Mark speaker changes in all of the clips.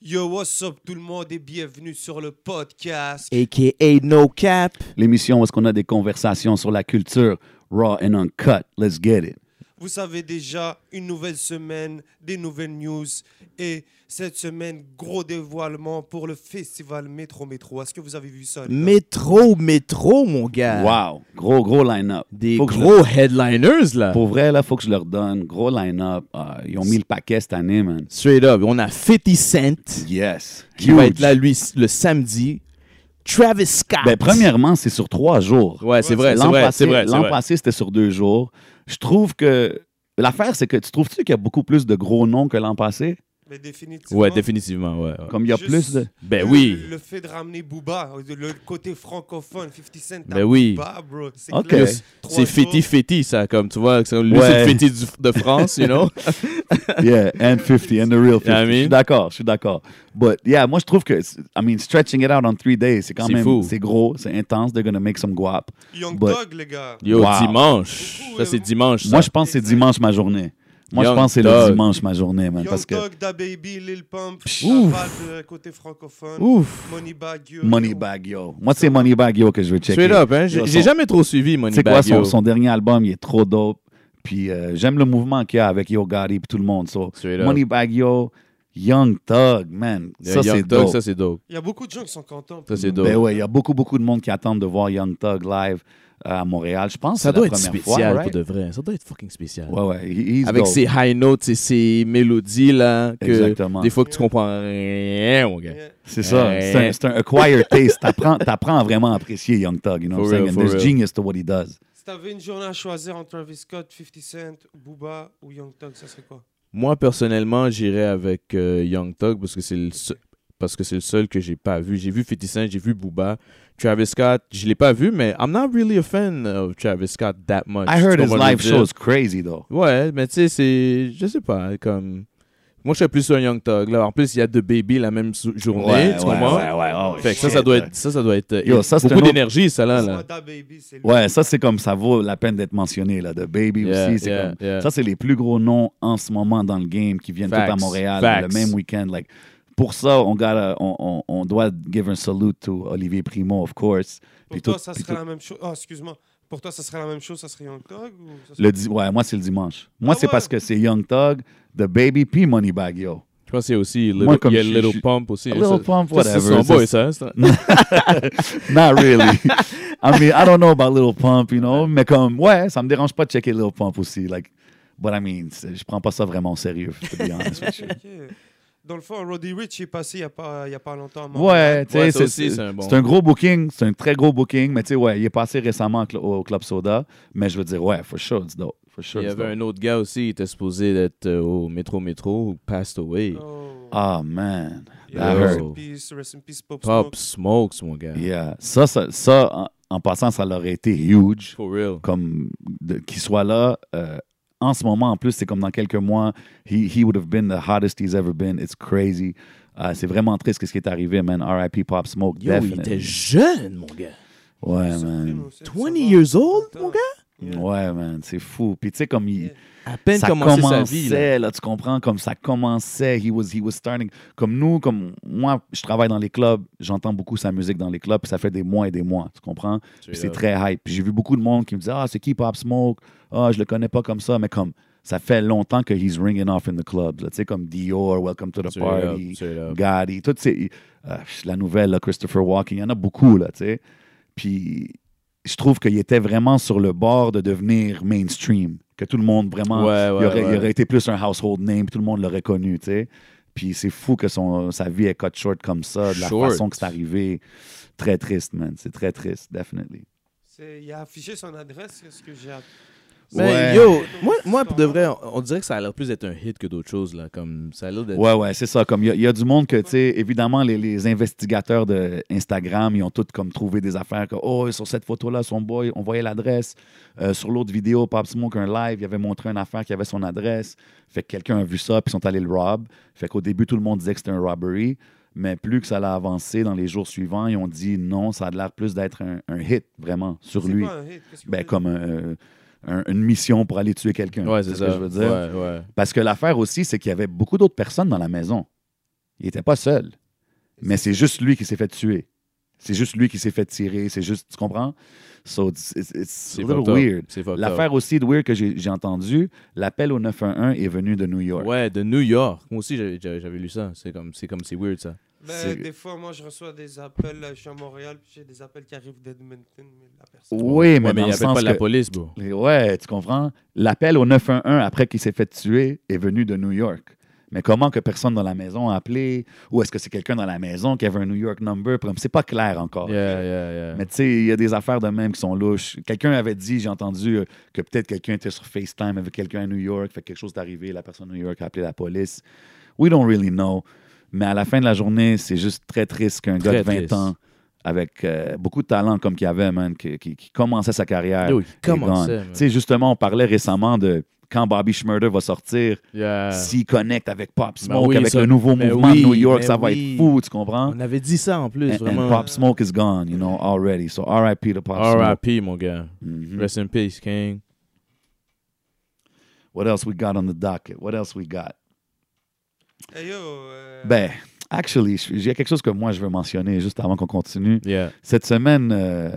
Speaker 1: Yo, what's up tout le monde et bienvenue sur le podcast.
Speaker 2: AKA No Cap.
Speaker 3: L'émission où est-ce qu'on a des conversations sur la culture raw and uncut. Let's get it.
Speaker 1: Vous savez déjà, une nouvelle semaine, des nouvelles news et cette semaine, gros dévoilement pour le festival Métro Métro. Est-ce que vous avez vu
Speaker 2: Mm.
Speaker 1: ça les gars
Speaker 2: Métro, métro, mon gars.
Speaker 3: Wow. Gros, gros line-up.
Speaker 2: Euh, Des
Speaker 3: Faut que je
Speaker 2: gros headliners, là.
Speaker 3: leur- Pour vrai, là, faut que je leur donne. Gros line-up. Ah, ils ont mis le paquet cette année, man.
Speaker 2: Straight up. On a 50 Cent
Speaker 3: Yes.
Speaker 2: qui va être là, lui, s- le samedi. Travis Scott.
Speaker 3: Ben, premièrement, c'est sur trois jours.
Speaker 2: Ouais, c'est vrai, c'est
Speaker 3: L'an
Speaker 2: vrai,
Speaker 3: passé,
Speaker 2: c'est vrai. c'est
Speaker 3: l'an
Speaker 2: vrai.
Speaker 3: passé, c'était sur deux jours. Je trouve que. L'affaire, c'est que tu trouves-tu qu'il y a beaucoup plus de gros noms que l'an passé?
Speaker 1: Mais définitivement.
Speaker 2: Ouais, définitivement, ouais. ouais.
Speaker 3: Comme il y a
Speaker 1: Juste-
Speaker 3: plus de.
Speaker 2: Ben
Speaker 1: le-
Speaker 2: oui.
Speaker 1: Le fait de ramener Booba, le côté francophone, 50 Cent. t'as
Speaker 2: Ben oui.
Speaker 1: Booba, bro. C'est
Speaker 3: Ok.
Speaker 1: clair.
Speaker 2: Plus,
Speaker 1: Trois
Speaker 2: C'est
Speaker 1: jours.
Speaker 2: féti féti ça, comme tu vois. c'est- Lui,
Speaker 3: Ouais.
Speaker 2: c'est le féti du- de France, you know.
Speaker 3: Yeah, and 50, and the real 50.
Speaker 2: Yeah, I mean.
Speaker 3: Je suis d'accord, je suis d'accord. But yeah, moi je trouve que, I mean, stretching it out on three days, c'est quand
Speaker 2: C'est
Speaker 3: même,
Speaker 2: fou.
Speaker 3: c'est gros, c'est intense, they're gonna make some guap.
Speaker 1: Young
Speaker 3: But-
Speaker 1: Dog, les gars.
Speaker 2: Yo,
Speaker 3: Wow.
Speaker 2: dimanche.
Speaker 1: Beaucoup,
Speaker 2: Ça,
Speaker 1: euh,
Speaker 2: c'est dimanche. ça.
Speaker 3: Moi je pense que c'est dimanche ma journée. Moi
Speaker 2: Young
Speaker 3: je pense que c'est le
Speaker 2: Thug.
Speaker 3: dimanche ma journée, man,
Speaker 1: Young
Speaker 3: parce que
Speaker 1: Dog, Da Baby, Lil Pump,
Speaker 2: Ouf.
Speaker 1: Chaval, euh, côté francophone.
Speaker 2: Ouf.
Speaker 1: Moneybag, yo, yo.
Speaker 3: Moneybag Yo. Moi c'est Moneybag Yo que je veux checker.
Speaker 2: Straight up, hein. J'ai
Speaker 3: Yo,
Speaker 2: j'ai
Speaker 3: son-
Speaker 2: jamais trop suivi
Speaker 3: Tu sais quoi,
Speaker 2: Moneybag,
Speaker 3: son,
Speaker 2: yo.
Speaker 3: son dernier album, il est trop dope. Puis euh, j'aime le mouvement qu'il y a avec Yo Gotti et tout le monde. So,
Speaker 2: Straight up.
Speaker 3: Moneybag Yo, Young Thug, man,
Speaker 2: Yeah,
Speaker 3: ça
Speaker 2: Young
Speaker 3: c'est
Speaker 2: Thug,
Speaker 3: dope.
Speaker 2: Ça, c'est dope.
Speaker 1: Il y a beaucoup de gens qui sont contents.
Speaker 2: Ça, c'est dope.
Speaker 3: Ben ouais, il y a beaucoup, beaucoup de monde qui attendent de voir Young Thug live euh, à Montréal. Je pense que
Speaker 2: Ça
Speaker 3: c'est
Speaker 2: doit
Speaker 3: la
Speaker 2: être
Speaker 3: première
Speaker 2: spécial
Speaker 3: fois,
Speaker 2: pour
Speaker 3: right?
Speaker 2: de vrai. Ça doit être fucking spécial.
Speaker 3: Ouais, ouais, he- he's
Speaker 2: Avec
Speaker 3: dope.
Speaker 2: ses high notes et ses mélodies là, que
Speaker 3: Exactement.
Speaker 2: des fois que tu comprends rien, mon gars.
Speaker 1: Yeah.
Speaker 3: C'est ça,
Speaker 2: Ouais.
Speaker 3: c'est un, c'est un acquired taste. T'apprends, t'apprends à vraiment apprécier Young Thug, you know what
Speaker 2: For
Speaker 3: I'm saying?
Speaker 2: real,
Speaker 3: And
Speaker 2: for
Speaker 3: there's
Speaker 2: real.
Speaker 3: genius to what he does.
Speaker 1: Si t'avais une journée à choisir entre Travis Scott, 50 Cent, Booba ou Young Thug, ça serait quoi
Speaker 2: Moi personnellement, j'irais avec euh, Young Thug parce que c'est le seul, parce que c'est le seul que j'ai pas vu. J'ai vu 50 Cent, j'ai vu Booba, Travis Scott, je l'ai pas vu mais I'm not really a fan of Travis Scott that much.
Speaker 3: I heard
Speaker 2: Tu
Speaker 3: his
Speaker 2: comprends
Speaker 3: live
Speaker 2: ce que je veux
Speaker 3: show
Speaker 2: dire?
Speaker 3: is crazy, though.
Speaker 2: Ouais, mais tu sais c'est je sais pas comme moi je serais plus sur Young Thug là. En plus, il y a deux baby la même sou- journée,
Speaker 3: Ouais,
Speaker 2: tu
Speaker 3: ouais,
Speaker 2: comprends?
Speaker 3: ouais, ouais, oh,
Speaker 2: Fait que ça,
Speaker 3: shit,
Speaker 2: ça doit
Speaker 3: là.
Speaker 2: être, ça, ça doit être euh,
Speaker 3: Yo, ça, c'est
Speaker 2: beaucoup
Speaker 3: un autre-
Speaker 2: d'énergie, ça là. là.
Speaker 1: Soit Da Baby, c'est lui.
Speaker 3: Ah, Ouais, ça, c'est comme ça vaut la peine d'être mentionné, là. The Baby
Speaker 2: Yeah,
Speaker 3: aussi, c'est
Speaker 2: yeah,
Speaker 3: comme...
Speaker 2: yeah.
Speaker 3: Ça, c'est les plus gros noms en ce moment dans le game qui viennent
Speaker 2: Facts,
Speaker 3: tous à Montréal
Speaker 2: facts.
Speaker 3: le même week-end. Like, pour ça, on, gotta- on, on- on doit give un salute to Olivier Primo, of course.
Speaker 1: Pour
Speaker 3: Puis
Speaker 1: toi,
Speaker 3: tout-
Speaker 1: ça
Speaker 3: puis
Speaker 1: serait
Speaker 3: tout-
Speaker 1: la même chose. Oh, excuse-moi. Pour toi, ça serait la même chose, ça serait Young Thug ou ça serait-
Speaker 3: Le di- ouais, moi, c'est le dimanche. Moi,
Speaker 1: Ah
Speaker 3: c'est
Speaker 1: ouais?
Speaker 3: parce que c'est Young Thug, The Baby, puis Moneybag Yo.
Speaker 2: Je pense qu'il y a aussi Little,
Speaker 3: Moi, comme
Speaker 2: il y a
Speaker 3: je-
Speaker 2: Little
Speaker 3: je-
Speaker 2: Pump aussi.
Speaker 3: Little
Speaker 2: Ça-
Speaker 3: Pump,
Speaker 2: ça, C'est son
Speaker 3: whatever.
Speaker 2: boy, ça. ça.
Speaker 3: Not really. I mean, I don't know about Little Pump, you know, mais comme, ouais, ça me dérange pas de checker Little Pump aussi. Like, but I mean, c'est- je prends pas ça vraiment au sérieux, to be honest with you.
Speaker 1: Ok. Dans le fond, Roddy Rich est passé il n'y a, pas- il y a pas longtemps. à Montréal.
Speaker 3: Ouais, tu sais,
Speaker 2: Ouais, ça
Speaker 3: c'est,
Speaker 2: aussi,
Speaker 3: c'est-
Speaker 2: c'est un bon.
Speaker 3: c'est un gros booking, c'est un très gros booking, mais tu sais, ouais, il est passé récemment au Cl- au Club Soda, mais je veux dire, ouais, for sure, it's dope. For sure,
Speaker 2: Il y
Speaker 3: it's
Speaker 2: avait
Speaker 3: dope.
Speaker 2: un autre gars aussi, il était supposé être euh, au Métro Métro ou Passed Away.
Speaker 1: Oh.
Speaker 3: Ah, man.
Speaker 1: Yeah,
Speaker 3: I
Speaker 1: rest
Speaker 3: heard.
Speaker 1: in peace, rest in peace, Pop
Speaker 2: Pop
Speaker 1: Smoke.
Speaker 2: Smokes, mon gars.
Speaker 3: Yeah. Ça, ça, ça, en, en passant, ça l'aurait été huge.
Speaker 2: For real.
Speaker 3: Comme de- qu'il soit là. euh, en ce moment, en plus, c'est comme dans quelques mois, he, he would have been the hottest he's ever been. It's crazy. Euh, c'est vraiment triste ce qui est arrivé, man. RIP Pop Smoke,
Speaker 2: Yo, il était
Speaker 3: definitely.
Speaker 2: jeune, mon gars.
Speaker 3: Ouais,
Speaker 1: Surpris,
Speaker 3: man.
Speaker 1: nous aussi, de
Speaker 2: 20
Speaker 1: savoir.
Speaker 2: years old,
Speaker 1: Attends.
Speaker 2: mon gars.
Speaker 1: Yeah.
Speaker 3: Ouais, man. C'est fou. Puis tu sais, comme il.
Speaker 2: À peine
Speaker 3: ça
Speaker 2: commencé
Speaker 3: commençait,
Speaker 2: sa vie. là.
Speaker 3: là. tu comprends, comme ça commençait, he was, he was starting. Comme nous, comme moi, je travaille dans les clubs, j'entends beaucoup sa musique dans les clubs, puis ça fait des mois et des mois, tu comprends? Puis c'est très hype. Puis j'ai vu beaucoup de monde qui me disait, ah, c'est qui Pop Smoke? Ah, je le connais pas comme ça, mais comme ça fait longtemps que he's ringing off in the clubs, là. tu sais, comme Dior, Welcome to the
Speaker 2: Straight up,
Speaker 3: Party,
Speaker 2: straight up.
Speaker 3: Gotti, toutes ces. euh, la nouvelle, là, Christopher Walken, il y en a beaucoup, là, tu sais. Puis je trouve qu'il était vraiment sur le bord de devenir mainstream, que tout le monde vraiment
Speaker 2: Ouais, ouais,
Speaker 3: il, aurait, il
Speaker 2: ouais.
Speaker 3: aurait été plus un household name, tout le monde l'aurait connu, tu sais. Puis c'est fou que son, sa vie est cut short comme ça, de la
Speaker 2: Short.
Speaker 3: façon que c'est arrivé. Très triste, man. C'est très triste, definitely.
Speaker 1: C'est- Il a affiché son adresse, est-ce que j'ai app-
Speaker 2: Mais
Speaker 3: Ouais.
Speaker 2: yo, moi, moi, pour de vrai, on- on dirait que ça a l'air plus d'être un hit que d'autres choses. là. Comme ça a l'air d'être.
Speaker 3: Ouais, ouais, c'est ça. Comme il y a- il y, a du monde que, tu sais, évidemment, les, les investigateurs de Instagram, ils ont tous comme trouvé des affaires que, oh, sur cette photo-là, son boy, on voyait l'adresse. Euh, sur l'autre vidéo, Pop Smoke, un live, il avait montré une affaire qui avait son adresse. Fait que quelqu'un a vu ça, puis ils sont allés le rob. Fait qu'au début, tout le monde disait que c'était un robbery. Mais plus que ça l'a avancé dans les jours suivants, ils ont dit non, ça a l'air plus d'être un, un hit, vraiment, sur
Speaker 1: C'est
Speaker 3: lui.
Speaker 1: quoi un hit? Qu'est-ce que
Speaker 3: Ben,
Speaker 1: vous-
Speaker 3: comme un- un- une mission pour aller tuer quelqu'un.
Speaker 2: Ouais, c'est
Speaker 3: ce
Speaker 2: ça.
Speaker 3: que je veux dire.
Speaker 2: Ouais, ouais.
Speaker 3: Parce que l'affaire aussi, c'est qu'il y avait beaucoup d'autres personnes dans la maison. Il n'était pas seul. Mais c'est juste lui qui s'est fait tuer. C'est juste lui qui s'est fait tirer. C'est juste, tu comprends? So, it's, it's- it's
Speaker 2: C'est
Speaker 3: a little
Speaker 2: fucked up.
Speaker 3: weird.
Speaker 2: C'est fucked up.
Speaker 3: L'affaire aussi de weird que j'ai j'ai entendue, l'appel au 911 est venu de New York.
Speaker 2: Ouais, de New York. Moi aussi, j'avais- j'avais j'avais lu ça. C'est comme, c'est comme, c'est weird ça.
Speaker 1: Ben,
Speaker 3: C'est-
Speaker 1: des fois, moi, je reçois des appels, euh, je suis à Montréal, puis j'ai des appels qui arrivent d'Edmonton, mais la personne...
Speaker 3: Oui, mais,
Speaker 2: Ouais, mais
Speaker 3: dans
Speaker 2: il n'y
Speaker 3: le
Speaker 2: avait
Speaker 3: sens
Speaker 2: pas la
Speaker 3: que-
Speaker 2: police, bro.
Speaker 3: Les- Ouais, tu comprends? L'appel au 911 après qu'il s'est fait tuer est venu de New York. Mais comment que personne dans la maison a appelé? Ou est-ce que c'est quelqu'un dans la maison qui avait un New York number? Comme, C'est pas clair encore.
Speaker 2: Yeah, yeah, yeah.
Speaker 3: Mais tu sais, il y a des affaires de même qui sont louches. Quelqu'un avait dit, j'ai entendu euh, que peut-être quelqu'un était sur FaceTime avec quelqu'un à New York, fait que quelque chose est arrivé, la personne à New York a appelé la police. We don't really know. Mais à la fin de la journée, c'est juste très triste qu'un
Speaker 2: Très
Speaker 3: gars de 20
Speaker 2: triste.
Speaker 3: ans, avec euh, beaucoup de talent comme qu'il avait, man, qui, qui- qui commençait sa carrière.
Speaker 2: Yo, il
Speaker 3: est gone.
Speaker 2: commençait, man.
Speaker 3: Tu sais, justement, on parlait récemment de quand Bobby Schmurder va sortir,
Speaker 2: Yeah.
Speaker 3: s'il connecte avec Pop Smoke,
Speaker 2: Ah. Ben oui,
Speaker 3: avec
Speaker 2: ça-
Speaker 3: le nouveau
Speaker 2: ben
Speaker 3: mouvement
Speaker 2: oui,
Speaker 3: de New York,
Speaker 2: ben
Speaker 3: ça va
Speaker 2: oui.
Speaker 3: être fou, tu comprends?
Speaker 2: On avait dit ça en plus,
Speaker 3: and, and
Speaker 2: vraiment.
Speaker 3: Pop Smoke is gone, you know, already. So R.I.P. to Pop Smoke.
Speaker 2: R.I.P. mon gars.
Speaker 3: Mhm.
Speaker 2: Rest in peace, King.
Speaker 3: What else we got on the docket? What else we got?
Speaker 1: Hey, yo, euh,
Speaker 3: Oh. Ben, actually, je- il y a quelque chose que moi je veux mentionner juste avant qu'on continue.
Speaker 2: Yeah.
Speaker 3: Cette semaine, euh,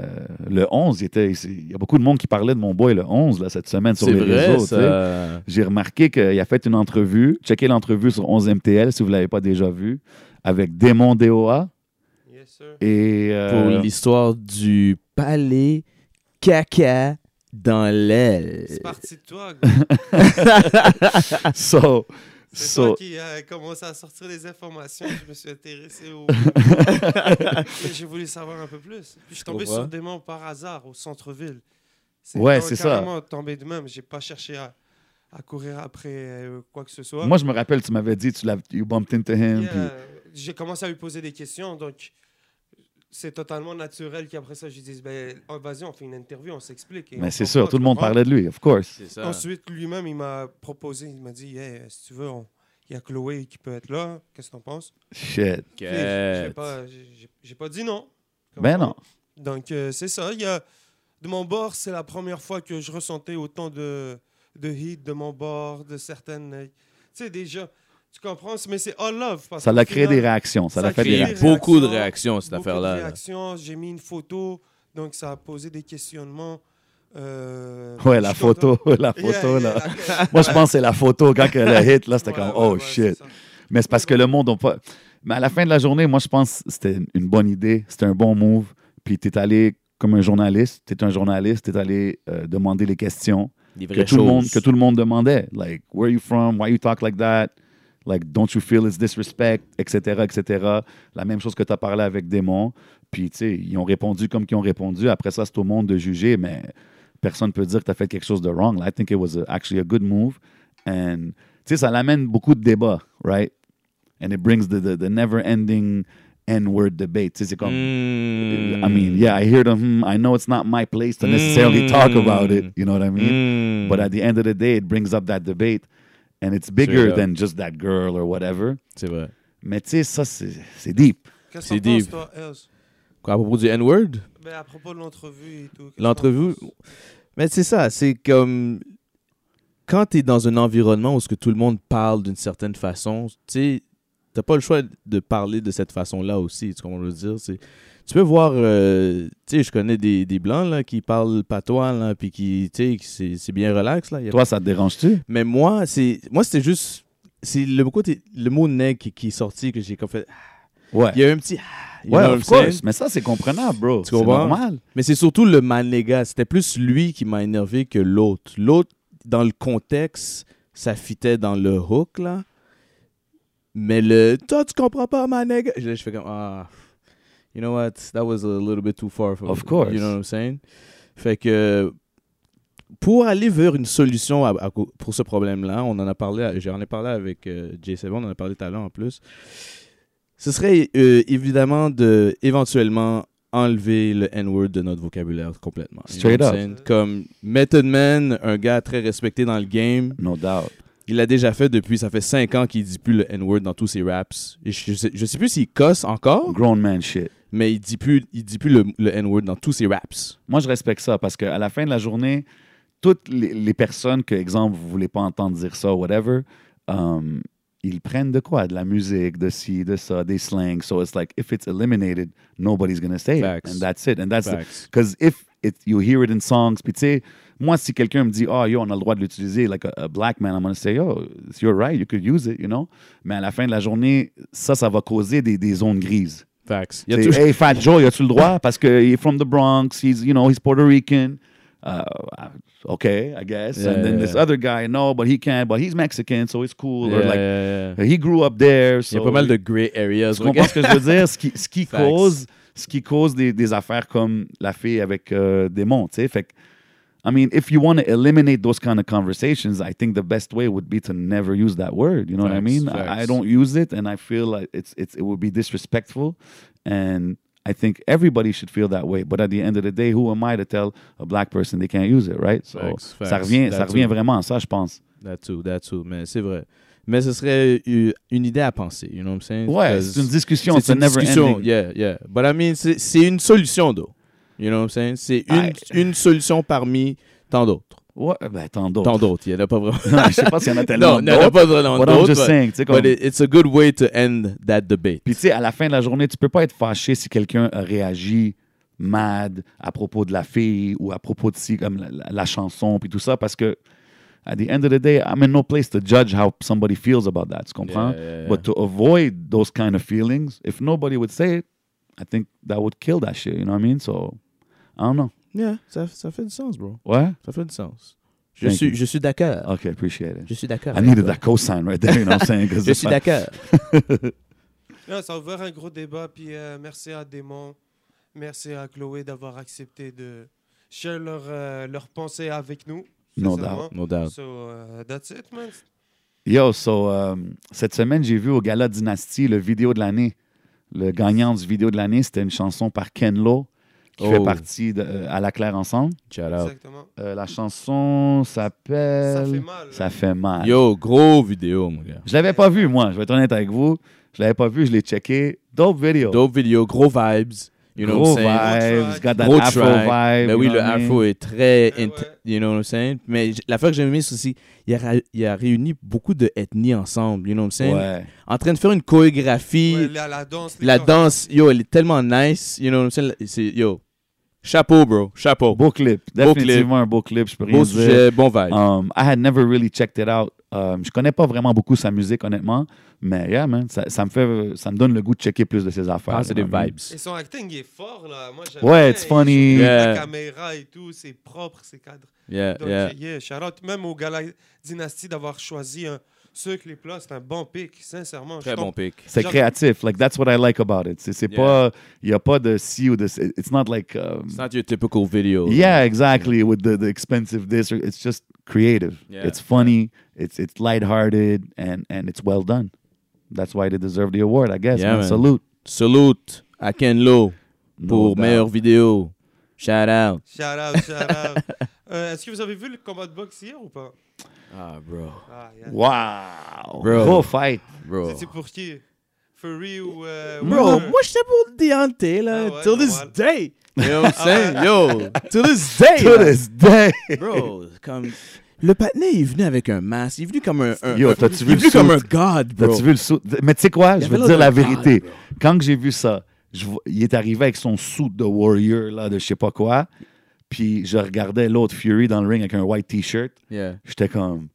Speaker 3: le 11, il, était, il y a beaucoup de monde qui parlait de mon boy le 11 là, cette semaine sur
Speaker 2: C'est
Speaker 3: les
Speaker 2: vrai,
Speaker 3: réseaux. tu sais.
Speaker 2: ça. Euh,
Speaker 3: J'ai remarqué qu'il a fait une entrevue. Checkez l'entrevue sur 11MTL si vous ne l'avez pas déjà vue avec Démon DOA
Speaker 1: Yes, sir.
Speaker 3: et euh,
Speaker 2: Pour l'histoire du palais caca dans l'aile.
Speaker 1: C'est parti de toi, gros.
Speaker 3: So,
Speaker 1: C'est
Speaker 3: so-
Speaker 1: toi qui a commencé à sortir des informations. Je me suis intéressé au. Et J'ai voulu savoir un peu plus. Puis je suis tombé
Speaker 2: Pourquoi?
Speaker 1: sur des mots par hasard au centre-ville. C'est
Speaker 3: Ouais,
Speaker 1: quand-
Speaker 3: c'est ça.
Speaker 1: carrément tombé de même. J'ai pas cherché à, à courir après euh, quoi que ce soit.
Speaker 3: moi je me rappelle, tu m'avais dit, tu l'as, you bumped into him.
Speaker 1: Puis,
Speaker 3: puis-
Speaker 1: euh, j'ai commencé à lui poser des questions, donc c'est totalement naturel qu'après ça, je dise ben, oh, vas-y, on fait une interview, on s'explique. Et on
Speaker 3: Mais c'est
Speaker 1: comprend,
Speaker 3: sûr, tout le monde
Speaker 1: comprend.
Speaker 3: parlait de lui, of course.
Speaker 2: C'est ça.
Speaker 1: Ensuite, lui-même, il m'a proposé, il m'a dit Hey, euh, si tu veux, on- il y a Chloé qui peut être là, qu'est-ce que t'en penses
Speaker 3: Shit.
Speaker 1: Puis, j'ai- j'ai pas- J'ai j'ai pas dit non.
Speaker 3: Ben non.
Speaker 1: Donc, euh, c'est ça. Il y a, de mon bord, c'est la première fois que je ressentais autant de, de hit de mon bord, de certaines. euh, Tu sais, déjà, tu comprends, mais c'est all love. parce
Speaker 3: Ça
Speaker 1: qu'au
Speaker 3: l'a créé
Speaker 1: final,
Speaker 3: des réactions. Ça
Speaker 1: ça
Speaker 3: l'a fait
Speaker 1: crée
Speaker 3: des
Speaker 2: Il y a
Speaker 1: des
Speaker 3: réactions.
Speaker 2: beaucoup de
Speaker 1: réactions,
Speaker 2: réactions, cette
Speaker 1: beaucoup de
Speaker 2: affaire-là. là.
Speaker 1: réactions. J'ai mis une photo, donc ça a posé des questionnements. Euh,
Speaker 3: Ouais, la
Speaker 1: je suis content.
Speaker 3: photo, la
Speaker 1: Yeah,
Speaker 3: photo,
Speaker 1: yeah,
Speaker 3: là.
Speaker 1: la-
Speaker 3: Moi, je pense que c'est la photo quand elle a hit, là, c'était
Speaker 1: Ouais,
Speaker 3: comme,
Speaker 1: ouais,
Speaker 3: oh
Speaker 1: ouais, c'est
Speaker 3: shit.
Speaker 1: ça.
Speaker 3: Mais c'est parce que le monde n'a pas. Mais à la fin de la journée, moi, je pense que c'était une bonne idée, c'était un bon move. Puis t'es allé comme un journaliste, t'es un journaliste, t'es allé euh, demander les questions
Speaker 2: Des
Speaker 3: que
Speaker 2: vraies
Speaker 3: tout, le monde,
Speaker 2: choses.
Speaker 3: que tout le monde demandait. Like, where are you from? Why you talk like that? Like, don't you feel it's disrespect? Etc., etc. La même chose que tu as parlé avec Démon. Puis, tu sais, ils ont répondu comme qu'ils ont répondu. Après ça, c'est au monde de juger, mais personne ne peut dire que tu as fait quelque chose de wrong. I think it was a- actually a good move. And, tu sais, ça l'amène beaucoup de débats, right? And it brings the, the, the never-ending N-word debate. Tu sais, c'est comme...
Speaker 2: Mm.
Speaker 3: I mean, yeah, I hear the hmm, I know it's not my place to necessarily talk about it. You know what I mean?
Speaker 1: Hmm.
Speaker 2: Mm.
Speaker 3: But at the end of the day, it brings up that debate. And it's bigger
Speaker 2: Straight up.
Speaker 3: than just that girl or whatever.
Speaker 2: C'est vrai.
Speaker 3: Mais tu sais, ça, c'est c'est deep.
Speaker 1: Qu'est-ce
Speaker 2: C'est
Speaker 1: que t'en penses,
Speaker 2: deep.
Speaker 1: toi, Hells?
Speaker 2: Quoi, à propos du N-word?
Speaker 1: Ben, à propos de l'entrevue et tout. qu'est-ce que
Speaker 2: L'entrevue.
Speaker 1: t'en penses
Speaker 2: Mais c'est ça, c'est comme. Quand tu es dans un environnement où ce que tout le monde parle d'une certaine façon, tu sais, t'as pas le choix de parler de cette façon-là aussi, tu comprends ce que je veux dire? C'est- Tu peux voir, euh, tu sais, je connais des, des Blancs là, qui parlent patois, là, puis qui, tu sais, qui- c'est c'est bien relax. Là. Il y a-
Speaker 3: Toi, ça te dérange-tu?
Speaker 2: Mais moi, c'est moi c'était juste, c'est le côté, le mot nègre qui, qui est sorti que j'ai comme fait,
Speaker 3: Ouais.
Speaker 2: il y a eu un petit, ah, you
Speaker 3: Ouais,
Speaker 2: know what
Speaker 3: of
Speaker 2: I'm
Speaker 3: course.
Speaker 2: saying?
Speaker 3: Mais ça, c'est comprenable, bro.
Speaker 2: Tu
Speaker 3: C'est
Speaker 2: comprends?
Speaker 3: normal.
Speaker 2: Mais c'est surtout le manéga. C'était plus lui qui m'a énervé que l'autre. L'autre, dans le contexte, ça fitait dans le hook, là. Mais le « Toi, tu comprends pas, manéga », Je je fais comme « Ah, you know what? That was a little bit too far. from-
Speaker 3: Of course.
Speaker 2: You know what I'm saying? » Fait que... Pour aller vers une solution à- à co- pour ce problème-là, on en a parlé, à- j'en ai parlé avec euh, Jay Sebon, on en a parlé tout à l'heure en plus. Ce serait euh, évidemment de éventuellement enlever le N-word de notre vocabulaire complètement. You know
Speaker 3: Straight
Speaker 2: what
Speaker 3: up.
Speaker 2: I'm saying? Comme Method Man, un gars très respecté dans le game,
Speaker 3: No doubt.
Speaker 2: il l'a déjà fait depuis, ça fait 5 ans qu'il dit plus le N-word dans tous ses raps. Et je, je sais, je sais plus s'il cosse encore,
Speaker 3: Grown man shit.
Speaker 2: mais il dit plus, il dit plus le, le N-word dans tous ses raps.
Speaker 3: Moi, je respecte ça parce qu'à la fin de la journée, toutes les, les personnes que, exemple, vous voulez pas entendre dire ça, whatever, um, ils prennent de quoi? De la musique, de ci, de ça, des slangs. So it's like, if it's eliminated, nobody's going to say
Speaker 2: Facts.
Speaker 3: it. And that's it. And that's the-
Speaker 2: Facts.
Speaker 3: Because if it, you hear it in songs, puis tu sais, moi, si quelqu'un me dit, oh, yo, on a le droit de l'utiliser, like a, a black man, I'm going to say, yo, it's your right, you could use it, you know? Mais à la fin de la journée, ça, ça va causer des, des zones grises.
Speaker 2: Facts. Il y a
Speaker 3: C'est,
Speaker 2: toujours-
Speaker 3: hey, Fat Joe, y a-tu le droit? Parce que he's from the Bronx, he's, you know, he's Puerto Rican. Uh, okay, I guess.
Speaker 2: Yeah,
Speaker 3: and then
Speaker 2: yeah,
Speaker 3: this
Speaker 2: yeah.
Speaker 3: other guy, no, but he can't, but he's Mexican, so it's cool. Or
Speaker 2: Yeah,
Speaker 3: like,
Speaker 2: yeah, yeah.
Speaker 3: he grew up
Speaker 2: Il
Speaker 3: there.
Speaker 2: y a
Speaker 3: so-
Speaker 2: pas mal de gray areas.
Speaker 3: Oh tu
Speaker 2: ok?
Speaker 3: comprends ce que je veux dire? Ce qui, ce qui
Speaker 2: Facts.
Speaker 3: cause, ce qui cause des, des affaires comme la fille avec euh, des monts, tu sais. Fait que, I mean, if you want to eliminate those kind of conversations, I think the best way would be to never use that word. You know what I
Speaker 2: Facts,
Speaker 3: mean? I,
Speaker 2: facts.
Speaker 3: I don't use it, and I feel like it's, it's it would be disrespectful, and I think everybody should feel that way. But at the end of the day, who am I to tell a black person they can't use it, right? So
Speaker 2: Facts,
Speaker 3: ça
Speaker 2: facts.
Speaker 3: revient, ça
Speaker 2: That's
Speaker 3: revient
Speaker 2: it.
Speaker 3: vraiment à ça, je pense.
Speaker 2: That too, that too. Mais c'est vrai. Mais ce serait u- une idée à penser, you know what I'm saying?
Speaker 3: Ouais,
Speaker 2: Because
Speaker 3: c'est une discussion,
Speaker 2: c'est une
Speaker 3: never
Speaker 2: discussion,
Speaker 3: ending.
Speaker 2: Yeah, yeah. But I mean, c'est c'est une solution, though. You know what I'm saying? C'est une,
Speaker 3: Ah.
Speaker 2: une solution parmi tant d'autres.
Speaker 3: Ouais, ben tant d'autres.
Speaker 2: Tant d'autres. Il n'y en a pas vraiment.
Speaker 3: je sais pas s'il y en a
Speaker 2: non,
Speaker 3: tellement
Speaker 2: il n'y en a
Speaker 3: d'autres.
Speaker 2: pas vraiment
Speaker 3: What I'm
Speaker 2: d'autres.
Speaker 3: just
Speaker 2: but-
Speaker 3: saying, tu sais, comme-
Speaker 2: But it- it's a good way to end that debate.
Speaker 3: Puis tu sais, à la fin de la journée, tu peux pas être fâché si quelqu'un a réagi mad à propos de la fille ou à propos de si comme la, la- la chanson puis tout ça parce que at the end of the day, I'm in no place to judge how somebody feels about that, tu comprends?
Speaker 2: Yeah, yeah, yeah.
Speaker 3: But to avoid those kind of feelings, if nobody would say it, I think that would kill that shit, you know what I mean? So I don't know.
Speaker 2: Yeah, ça, ça fait du sens, bro.
Speaker 3: Ouais?
Speaker 2: Ça fait du sens. Je
Speaker 3: Thank
Speaker 2: suis,
Speaker 3: you.
Speaker 2: je suis d'accord.
Speaker 3: Okay, appreciate it.
Speaker 2: Je suis d'accord.
Speaker 3: I needed that cosign right there, you know what I'm saying? 'Cause
Speaker 2: Je
Speaker 3: it's
Speaker 2: suis
Speaker 3: like-
Speaker 2: d'accord.
Speaker 1: Là, ça a ouvert un gros débat. Puis euh, merci à Démon, merci à Chloé d'avoir accepté de share leur, euh, leurs pensées avec nous.
Speaker 3: No
Speaker 1: sincèrement.
Speaker 2: No doubt.
Speaker 1: So, euh, that's it, man.
Speaker 3: Yo, so, euh, cette semaine, j'ai vu au Gala Dynasty le vidéo de l'année. Le gagnant du vidéo de l'année, c'était une chanson par Ken Lo, qui fait
Speaker 2: Oh.
Speaker 3: partie de euh, À la Claire Ensemble.
Speaker 2: Shout out.
Speaker 1: Exactement.
Speaker 3: Euh, la chanson s'appelle
Speaker 1: Ça fait mal.
Speaker 3: Ça fait mal.
Speaker 2: Yo, gros vidéo, mon gars.
Speaker 3: Je l'avais pas vu, moi. Je vais être honnête avec vous. Je l'avais pas vu, je l'ai checké. Dope vidéo.
Speaker 2: Dope vidéo, gros vibes. You know
Speaker 3: Gros
Speaker 2: what I'm saying?
Speaker 3: vibes, got that
Speaker 2: Gros
Speaker 3: afro
Speaker 2: track.
Speaker 3: vibe.
Speaker 2: Ben oui,
Speaker 3: you
Speaker 2: le
Speaker 3: know what I mean?
Speaker 2: afro est très.
Speaker 1: Eh
Speaker 2: int-
Speaker 1: ouais.
Speaker 2: You know what I'm saying? Mais j- l'affaire que j'ai aimé, c'est aussi, il a, ra- il a réuni beaucoup de ethnies ensemble. You know what I'm saying?
Speaker 3: Ouais.
Speaker 2: En train de faire une chorégraphie.
Speaker 1: Ouais, la, la danse. les
Speaker 2: la
Speaker 1: chorés.
Speaker 2: danse, yo, elle est tellement nice. You know what I'm saying? C'est- Yo, chapeau, bro. Chapeau.
Speaker 3: Beau clip. Définitivement un beau clip, je peux rien
Speaker 2: Beau
Speaker 3: dire.
Speaker 2: sujet, bon vibe.
Speaker 3: Um, I had never really checked it out. Um, je connais pas vraiment beaucoup sa musique, honnêtement. Mais yeah, man, ça, ça me fait, ça me donne le goût de checker plus de ses affaires.
Speaker 2: Positive
Speaker 3: you know what I mean?
Speaker 2: Ah, vibes.
Speaker 1: Et son acting il est fort là. Moi, j'aime
Speaker 3: Ouais,
Speaker 1: bien.
Speaker 3: it's funny.
Speaker 1: Il joue avec
Speaker 2: Yeah.
Speaker 1: La caméra et tout, c'est propre, c'est cadre.
Speaker 2: Yeah,
Speaker 1: Donc,
Speaker 2: yeah.
Speaker 1: yeah. shout out même au Gala Dynasty d'avoir choisi un ceux que les plats, c'est un bon pic, sincèrement.
Speaker 2: Très
Speaker 1: Je
Speaker 2: bon
Speaker 1: tombe-
Speaker 2: pic.
Speaker 3: C'est
Speaker 1: Genre-
Speaker 3: créatif. Like, that's what I like about it. C'est c'est
Speaker 2: Yeah.
Speaker 3: pas, il y a pas de si ou de. It's not like. um,
Speaker 2: It's not your typical video.
Speaker 3: yeah, exactly. With the, the expensive this, or- it's just creative.
Speaker 2: Yeah.
Speaker 3: It's funny. It's it's lighthearted and and it's well done. That's why they deserve the award, I guess.
Speaker 2: Yeah,
Speaker 3: man.
Speaker 2: man.
Speaker 3: Salute.
Speaker 2: Salute à Ken Lo pour
Speaker 3: doubt.
Speaker 2: meilleure vidéo. Shout out.
Speaker 1: Shout out, shout out. Euh, Est-ce que vous avez vu le combat de boxe hier ou pas
Speaker 2: Ah, bro.
Speaker 1: ah, yeah.
Speaker 3: Wow.
Speaker 2: Bro.
Speaker 3: Gros fight.
Speaker 2: Bro.
Speaker 1: C'était pour qui Fury ou. euh,
Speaker 2: Bro,
Speaker 1: Wilder?
Speaker 2: moi j'étais pour Deontay, là,
Speaker 1: Ah ouais,
Speaker 2: till this
Speaker 1: normal.
Speaker 2: day. You know what I'm
Speaker 3: Ah.
Speaker 2: saying? Yo, till this day.
Speaker 3: To
Speaker 2: là.
Speaker 3: this day.
Speaker 2: Bro, comme. Le patinet, il est venu avec un masque. Il est venu comme un. un-
Speaker 3: Yo,
Speaker 2: un-
Speaker 3: t'as-tu
Speaker 2: Il
Speaker 3: vu
Speaker 2: est
Speaker 3: le
Speaker 2: venu comme un
Speaker 3: suit?
Speaker 2: god, bro.
Speaker 3: T'as-tu vu le sou- Mais tu sais quoi,
Speaker 2: Il
Speaker 3: je
Speaker 2: avait
Speaker 3: veux
Speaker 2: l'air
Speaker 3: dire la
Speaker 2: d'un god,
Speaker 3: vérité.
Speaker 2: bro.
Speaker 3: Quand j'ai vu ça, je vo- il est arrivé avec son suit de warrior, là, de je sais pas quoi. Puis je regardais l'autre Fury dans le ring avec un white t-shirt.
Speaker 2: Yeah.
Speaker 3: J'étais comme,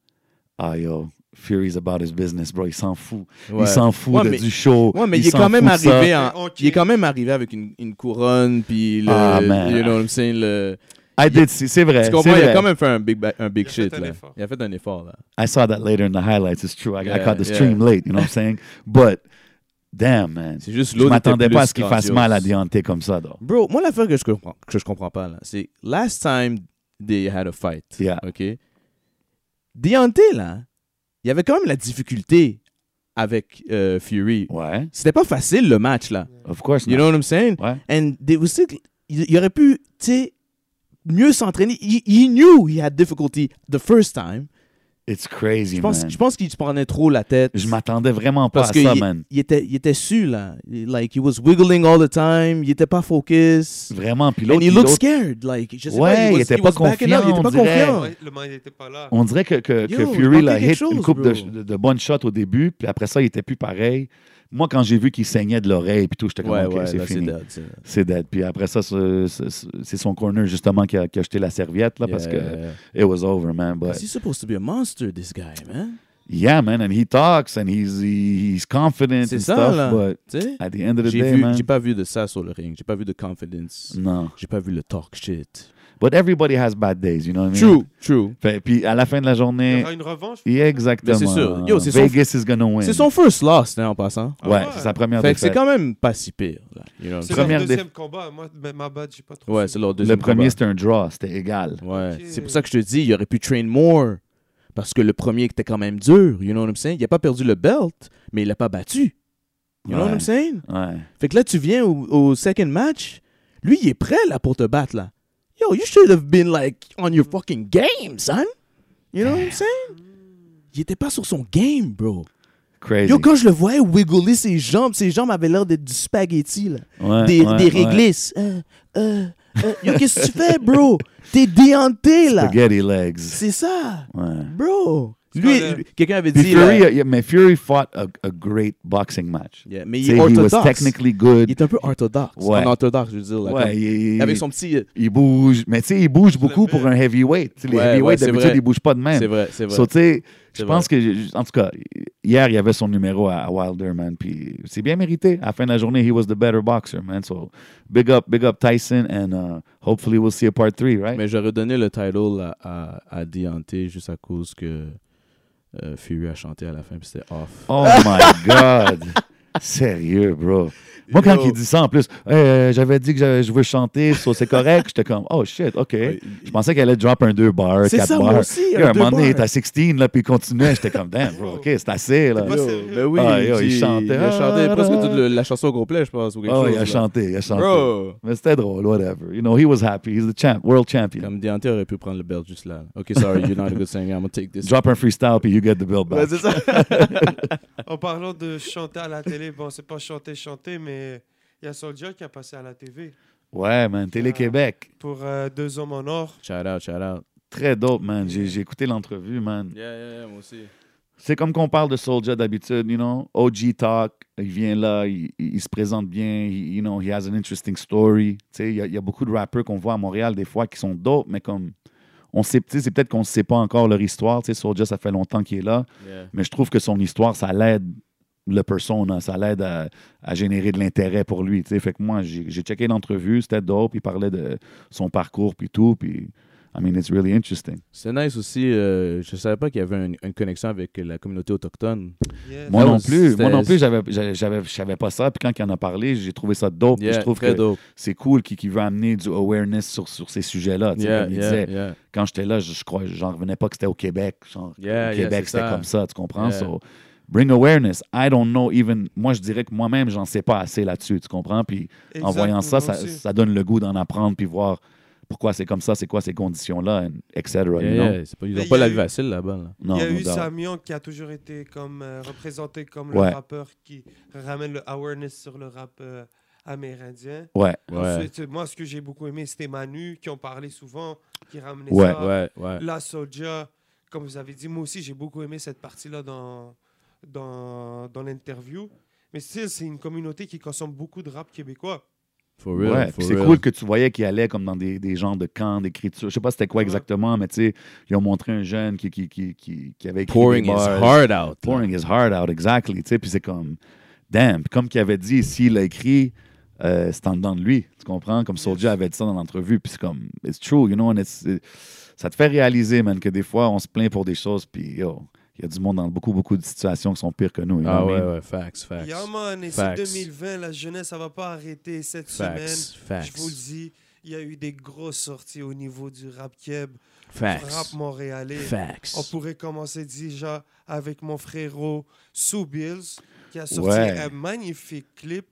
Speaker 3: ah yo, Fury's about his business, bro. Il s'en fout.
Speaker 2: Ouais.
Speaker 3: Il s'en fout
Speaker 2: Ouais,
Speaker 3: de-
Speaker 2: mais-
Speaker 3: du show.
Speaker 2: Ouais, mais il, est
Speaker 3: s'en
Speaker 2: quand même
Speaker 3: fout de ça.
Speaker 2: arrivé en.
Speaker 1: Ok.
Speaker 2: Il est quand même arrivé avec une, une couronne, puis le.
Speaker 3: Ah, man.
Speaker 2: You know what I'm saying? Le,
Speaker 3: I did, see- c'est vrai.
Speaker 2: tu
Speaker 3: c'est
Speaker 2: comprends? Il a
Speaker 3: vrai.
Speaker 2: quand même fait un big, ba- un big
Speaker 1: Il a fait
Speaker 2: shit,
Speaker 1: un
Speaker 2: là.
Speaker 1: effort.
Speaker 2: Il a fait un effort, là.
Speaker 3: I saw that later in the highlights. It's true. I, I
Speaker 2: Yeah,
Speaker 3: caught the
Speaker 2: yeah.
Speaker 3: stream late, you know what I'm saying? But, damn, man.
Speaker 2: C'est juste
Speaker 3: Je
Speaker 2: l'autre. était
Speaker 3: m'attendais
Speaker 2: plus
Speaker 3: pas à ce qu'il fasse
Speaker 2: grandiose.
Speaker 3: mal à Deontay comme ça, though.
Speaker 2: Bro, moi, l'affaire que je comprends, que je comprends pas, là, c'est last time they had a fight.
Speaker 3: Yeah.
Speaker 2: OK? Deontay, là, il y avait quand même la difficulté avec euh, Fury.
Speaker 3: Ouais,
Speaker 2: C'était pas facile, le match, là.
Speaker 3: of course.
Speaker 2: You
Speaker 3: not.
Speaker 2: know what I'm saying?
Speaker 3: Ouais.
Speaker 2: And they was sick. Il il aurait pu, tu sais, mieux s'entraîner. He, he knew he had difficulty the first time.
Speaker 3: It's crazy,
Speaker 2: Je pense,
Speaker 3: man.
Speaker 2: je pense qu'il se prenait trop la tête.
Speaker 3: Je m'attendais vraiment pas
Speaker 2: parce
Speaker 3: à ça,
Speaker 2: qu'il
Speaker 3: man.
Speaker 2: il était, il était su, là. Il- Like, he was wiggling all the time. Il était pas focus.
Speaker 3: Vraiment. Puis
Speaker 2: And
Speaker 3: l'autre,
Speaker 2: he
Speaker 3: puis
Speaker 2: looked
Speaker 3: l'autre,
Speaker 2: scared. Like, je sais
Speaker 3: Ouais,
Speaker 2: pas, he
Speaker 3: il
Speaker 2: was-
Speaker 3: était
Speaker 2: he
Speaker 3: pas
Speaker 2: was backing up, Il
Speaker 3: confiant,
Speaker 2: était pas
Speaker 3: on dirait.
Speaker 2: confiant.
Speaker 1: Ouais, le mind n'était pas là.
Speaker 3: on dirait que, que, que
Speaker 2: Yo, il
Speaker 3: Fury l'a
Speaker 2: manquait
Speaker 3: hit
Speaker 2: quelque
Speaker 3: une
Speaker 2: chose,
Speaker 3: coupe de,
Speaker 2: bro.
Speaker 3: de bonnes shots au début, puis après ça, il était plus pareil. Moi, quand j'ai vu qu'il saignait de l'oreille, puis tout, j'étais comme,
Speaker 2: Ouais,
Speaker 3: OK,
Speaker 2: ouais,
Speaker 3: c'est
Speaker 2: là, c'est
Speaker 3: fini.
Speaker 2: dead, ça.
Speaker 3: C'est dead. Puis après ça, ce- ce- ce- c'est son corner, justement, qui a, qui a jeté la serviette, là, parce que
Speaker 2: Yeah.
Speaker 3: it was over, man. But
Speaker 2: He's supposed to be a monster, this guy, man.
Speaker 3: yeah, man, and he talks, and he's, he- he's confident
Speaker 2: C'est
Speaker 3: and
Speaker 2: ça,
Speaker 3: stuff,
Speaker 2: là.
Speaker 3: but
Speaker 2: Tu sais?
Speaker 3: at the end of the
Speaker 2: J'ai
Speaker 3: day,
Speaker 2: vu-
Speaker 3: man, Mm.
Speaker 2: j'ai pas vu de ça sur le ring. J'ai pas vu de confidence.
Speaker 3: non.
Speaker 2: J'ai pas vu le talk shit.
Speaker 3: But everybody has bad days, you know what I mean?
Speaker 2: True, true.
Speaker 3: Fait- puis à la fin de la
Speaker 1: Il y
Speaker 3: journée,
Speaker 1: aura une revanche.
Speaker 3: yeah, exactement.
Speaker 2: Ben, c'est sûr. Yo, c'est son-
Speaker 3: Vegas is gonna win.
Speaker 2: C'est son first loss, hein, en passant.
Speaker 1: Ah
Speaker 3: Ouais,
Speaker 1: ouais.
Speaker 3: c'est sa première
Speaker 2: Fait que c'est
Speaker 3: défaite.
Speaker 2: quand même pas si pire. Là. You know what I'm
Speaker 1: C'est
Speaker 2: saying?
Speaker 1: leur
Speaker 3: Première
Speaker 1: deuxième combat. Moi, mais ma bad, j'ai pas trop.
Speaker 2: Ouais,
Speaker 1: suivi.
Speaker 2: c'est leur
Speaker 3: Le
Speaker 2: deuxième
Speaker 3: premier,
Speaker 2: combat.
Speaker 3: c'était un draw, c'était égal.
Speaker 2: Ouais,
Speaker 1: Ok.
Speaker 2: c'est pour ça que je te dis, il aurait pu train more. Parce que le premier était quand même dur, you know what I'm saying? Il a pas perdu le belt, mais il l'a pas battu. You know what
Speaker 3: Ouais.
Speaker 2: I'm saying?
Speaker 3: Ouais.
Speaker 2: Fait que là, tu viens au, au second match, lui, il est prêt, là, pour te battre, là. Yo, you should have been, like, on your fucking game, son. You know what I'm saying? Il était pas sur son game, bro.
Speaker 3: Crazy.
Speaker 2: Yo, quand je le voyais wiggler ses jambes, ses jambes avaient l'air d'être du spaghetti, là.
Speaker 3: Ouais,
Speaker 2: des,
Speaker 3: ouais,
Speaker 2: des
Speaker 3: ouais.
Speaker 2: réglisses. Euh, euh, euh, yo, qu'est-ce que tu fais, bro? T'es déhanté, là.
Speaker 3: Spaghetti legs.
Speaker 2: C'est ça,
Speaker 3: Ouais.
Speaker 2: bro.
Speaker 1: quand
Speaker 2: Lui,
Speaker 1: le-
Speaker 2: lui- quelqu'un avait
Speaker 3: Puis
Speaker 2: dit... là-
Speaker 3: Fury, yeah, mais Fury fought a, a great boxing match.
Speaker 2: Yeah, mais il
Speaker 3: Tu sais,
Speaker 2: est
Speaker 3: he was
Speaker 2: orthodoxe.
Speaker 3: technically good.
Speaker 2: Il est un peu orthodoxe.
Speaker 3: Ouais.
Speaker 2: En orthodoxe, je veux dire. Là,
Speaker 3: ouais, il,
Speaker 2: comme-
Speaker 3: il-
Speaker 2: avec son petit... euh,
Speaker 3: il bouge. Mais tu sais, il bouge beaucoup
Speaker 1: le
Speaker 3: pour
Speaker 1: mets.
Speaker 3: un heavyweight. Tu sais, les
Speaker 2: Ouais, ouais,
Speaker 3: heavyweights,
Speaker 2: c'est
Speaker 3: d'habitude,
Speaker 2: vrai.
Speaker 3: ils bougent pas de même.
Speaker 2: C'est vrai, c'est vrai.
Speaker 3: So, tu sais, je
Speaker 2: C'est
Speaker 3: pense que, je- en tout cas, hier, il y avait son numéro à à Wilder, man. Puis c'est bien mérité. À la fin de la journée, he was the better boxer, man. So, big up, big up Tyson, and uh, hopefully we'll see a part 3, right?
Speaker 2: Mais j'aurais donné le title à, à, à Deontay juste à cause que euh, Fury a chanté à la fin, puis c'était off.
Speaker 3: Oh my God! Sérieux, bro. Moi, quand
Speaker 2: Yo.
Speaker 3: il dit ça, en plus, Hey, euh, j'avais dit que j'avais- je veux chanter, so c'est correct, j'étais comme, oh shit, OK. Je pensais qu'elle allait drop un 2 bar,
Speaker 2: C'est
Speaker 3: 4
Speaker 2: ça,
Speaker 3: bars.
Speaker 2: moi aussi,
Speaker 3: Puis
Speaker 2: un
Speaker 3: à un
Speaker 2: deux
Speaker 3: moment donné, il
Speaker 2: bars.
Speaker 3: était à 16, là, puis il continuait. J'étais comme, damn, bro, OK, c'est assez, là.
Speaker 1: T'es pas
Speaker 2: Yo,
Speaker 1: sérieux?
Speaker 2: ben oui,
Speaker 3: Ah,
Speaker 2: il,
Speaker 3: yo, il
Speaker 2: dit-
Speaker 3: chantait.
Speaker 2: Il a chanté
Speaker 3: Ah,
Speaker 2: presque
Speaker 3: ah,
Speaker 2: toute le- la chanson au complet, je pense, ou quelque
Speaker 3: Oh,
Speaker 2: chose.
Speaker 3: il a
Speaker 2: là.
Speaker 3: chanté, il a chanté.
Speaker 2: Bro!
Speaker 3: Mais c'était drôle, whatever. You know, he was happy. He's the champ, world champion.
Speaker 2: Comme Deontay aurait pu prendre le belt juste là. Ok, sorry, you're not a good singer, I'm gonna take this.
Speaker 3: Drop un freestyle, puis you get the bill
Speaker 2: Ouais,
Speaker 3: back.
Speaker 2: c'est ça.
Speaker 1: En parlant de chanter à la télé, bon, c'est pas chanter, chanter, mais il y a Soldier qui a passé à la TV
Speaker 3: Ouais, man, Télé-Québec.
Speaker 1: pour euh, Deux hommes en or.
Speaker 2: Shout out, shout out.
Speaker 3: Très dope, man. J'ai j'ai écouté l'entrevue, man.
Speaker 2: Yeah, yeah, yeah, moi aussi.
Speaker 3: C'est comme qu'on parle de Soldier d'habitude, you know. OG talk, il vient là, il, il- il se présente bien, he- you know, he has an interesting story. Tu sais, il y, a- il y a beaucoup de rappeurs qu'on voit à Montréal des fois qui sont dope, mais comme on sait, tu sais, c'est peut-être qu'on ne sait pas encore leur histoire. Tu sais, Soldier, ça fait longtemps qu'il est là,
Speaker 2: Yeah.
Speaker 3: mais je trouve que son histoire, ça l'aide le persona, ça l'aide à, à générer de l'intérêt pour lui. Tu sais, fait que moi, j'ai j'ai checké l'entrevue, c'était dope, il parlait de son parcours puis tout, puis I mean, it's really interesting.
Speaker 2: C'est nice aussi, euh, je savais pas qu'il y avait une- une connexion avec la communauté autochtone.
Speaker 1: Yes.
Speaker 3: Moi
Speaker 2: Ah
Speaker 3: non
Speaker 2: ouais,
Speaker 3: plus,
Speaker 2: c'était-
Speaker 3: moi non plus, j'avais, j'avais, j'avais- je savais pas ça. Puis quand il en a parlé, j'ai trouvé ça dope. Puis
Speaker 2: Yeah,
Speaker 3: je trouve
Speaker 2: très
Speaker 3: que
Speaker 2: dope.
Speaker 3: c'est cool qu'il, qu'il veut amener du awareness sur, sur ces sujets-là. tu sais,
Speaker 2: Yeah,
Speaker 3: comme il
Speaker 2: yeah,
Speaker 3: disait,
Speaker 2: yeah.
Speaker 3: quand j'étais là, je, je crois, j'en revenais pas que c'était au Québec. Genre,
Speaker 2: Yeah,
Speaker 3: au
Speaker 2: yeah,
Speaker 3: Québec,
Speaker 2: c'est
Speaker 3: c'était
Speaker 2: ça.
Speaker 3: comme ça, tu comprends?
Speaker 2: Yeah.
Speaker 3: So, bring awareness. I don't know even. Moi, je dirais que moi-même, j'en sais pas assez là-dessus, tu comprends? Puis en
Speaker 1: Exact,
Speaker 3: voyant ça,
Speaker 1: moi
Speaker 3: ça,
Speaker 1: aussi.
Speaker 3: ça donne le goût d'en apprendre puis voir pourquoi c'est comme ça, c'est quoi ces conditions-là, and etc. you
Speaker 2: Yeah,
Speaker 3: know?
Speaker 2: yeah, c'est pas- ils
Speaker 1: Mais
Speaker 2: ont pas
Speaker 1: il y a
Speaker 2: la
Speaker 1: eu-
Speaker 2: vie facile là-bas. Là.
Speaker 3: Non,
Speaker 1: il y a
Speaker 3: no
Speaker 1: eu
Speaker 3: doubt.
Speaker 1: Samian qui a toujours été comme, euh, représenté comme
Speaker 3: Ouais.
Speaker 1: le rappeur qui ramène le awareness sur le rap euh, amérindien.
Speaker 3: Ouais.
Speaker 1: Ensuite, moi, ce que j'ai beaucoup aimé, c'était Manu qui en parlait souvent, qui ramenait
Speaker 3: Ouais.
Speaker 1: ça.
Speaker 2: Ouais, ouais.
Speaker 1: La Soulja, comme vous avez dit, moi aussi, j'ai beaucoup aimé cette partie-là dans, dans, dans l'interview. Mais still, c'est une communauté qui consomme beaucoup de rap québécois.
Speaker 2: For real.
Speaker 3: Ouais,
Speaker 2: for
Speaker 3: puis c'est
Speaker 2: real.
Speaker 3: cool que tu voyais qu'il allait comme dans des, des genres de camps d'écriture. Je sais pas c'était quoi
Speaker 1: Ouais.
Speaker 3: exactement, mais tu sais, ils ont montré un jeune qui, qui, qui, qui, qui avait écrit
Speaker 2: Pouring
Speaker 3: des
Speaker 2: his
Speaker 3: bars.
Speaker 2: heart out.
Speaker 3: Pouring his heart out, exactly. Tu sais, puis c'est comme, damn. Puis comme qu'il avait dit, s'il l'a écrit, euh, c'est en dedans de lui. Tu comprends? Comme Soulja avait dit ça dans l'entrevue, puis c'est comme, it's true, you know, and it's- it- ça te fait réaliser, man, que des fois, on se plaint pour des choses, puis yo, il y a du monde dans beaucoup, beaucoup de situations qui sont pires que nous. you
Speaker 2: Ah
Speaker 3: know what
Speaker 2: ouais,
Speaker 3: I mean?
Speaker 2: ouais, facts, facts.
Speaker 1: Yeah, man, et c'est
Speaker 2: Facts.
Speaker 1: 2020, la jeunesse, ça va pas arrêter cette semaine.
Speaker 2: Facts,
Speaker 1: Je vous le
Speaker 2: facts.
Speaker 1: dis, il y a eu des grosses sorties au niveau du rap keb, du rap
Speaker 2: Facts.
Speaker 1: montréalais. On
Speaker 2: Facts.
Speaker 1: pourrait commencer déjà avec mon frérot Sue Bills, qui a sorti
Speaker 3: Ouais.
Speaker 1: un magnifique clip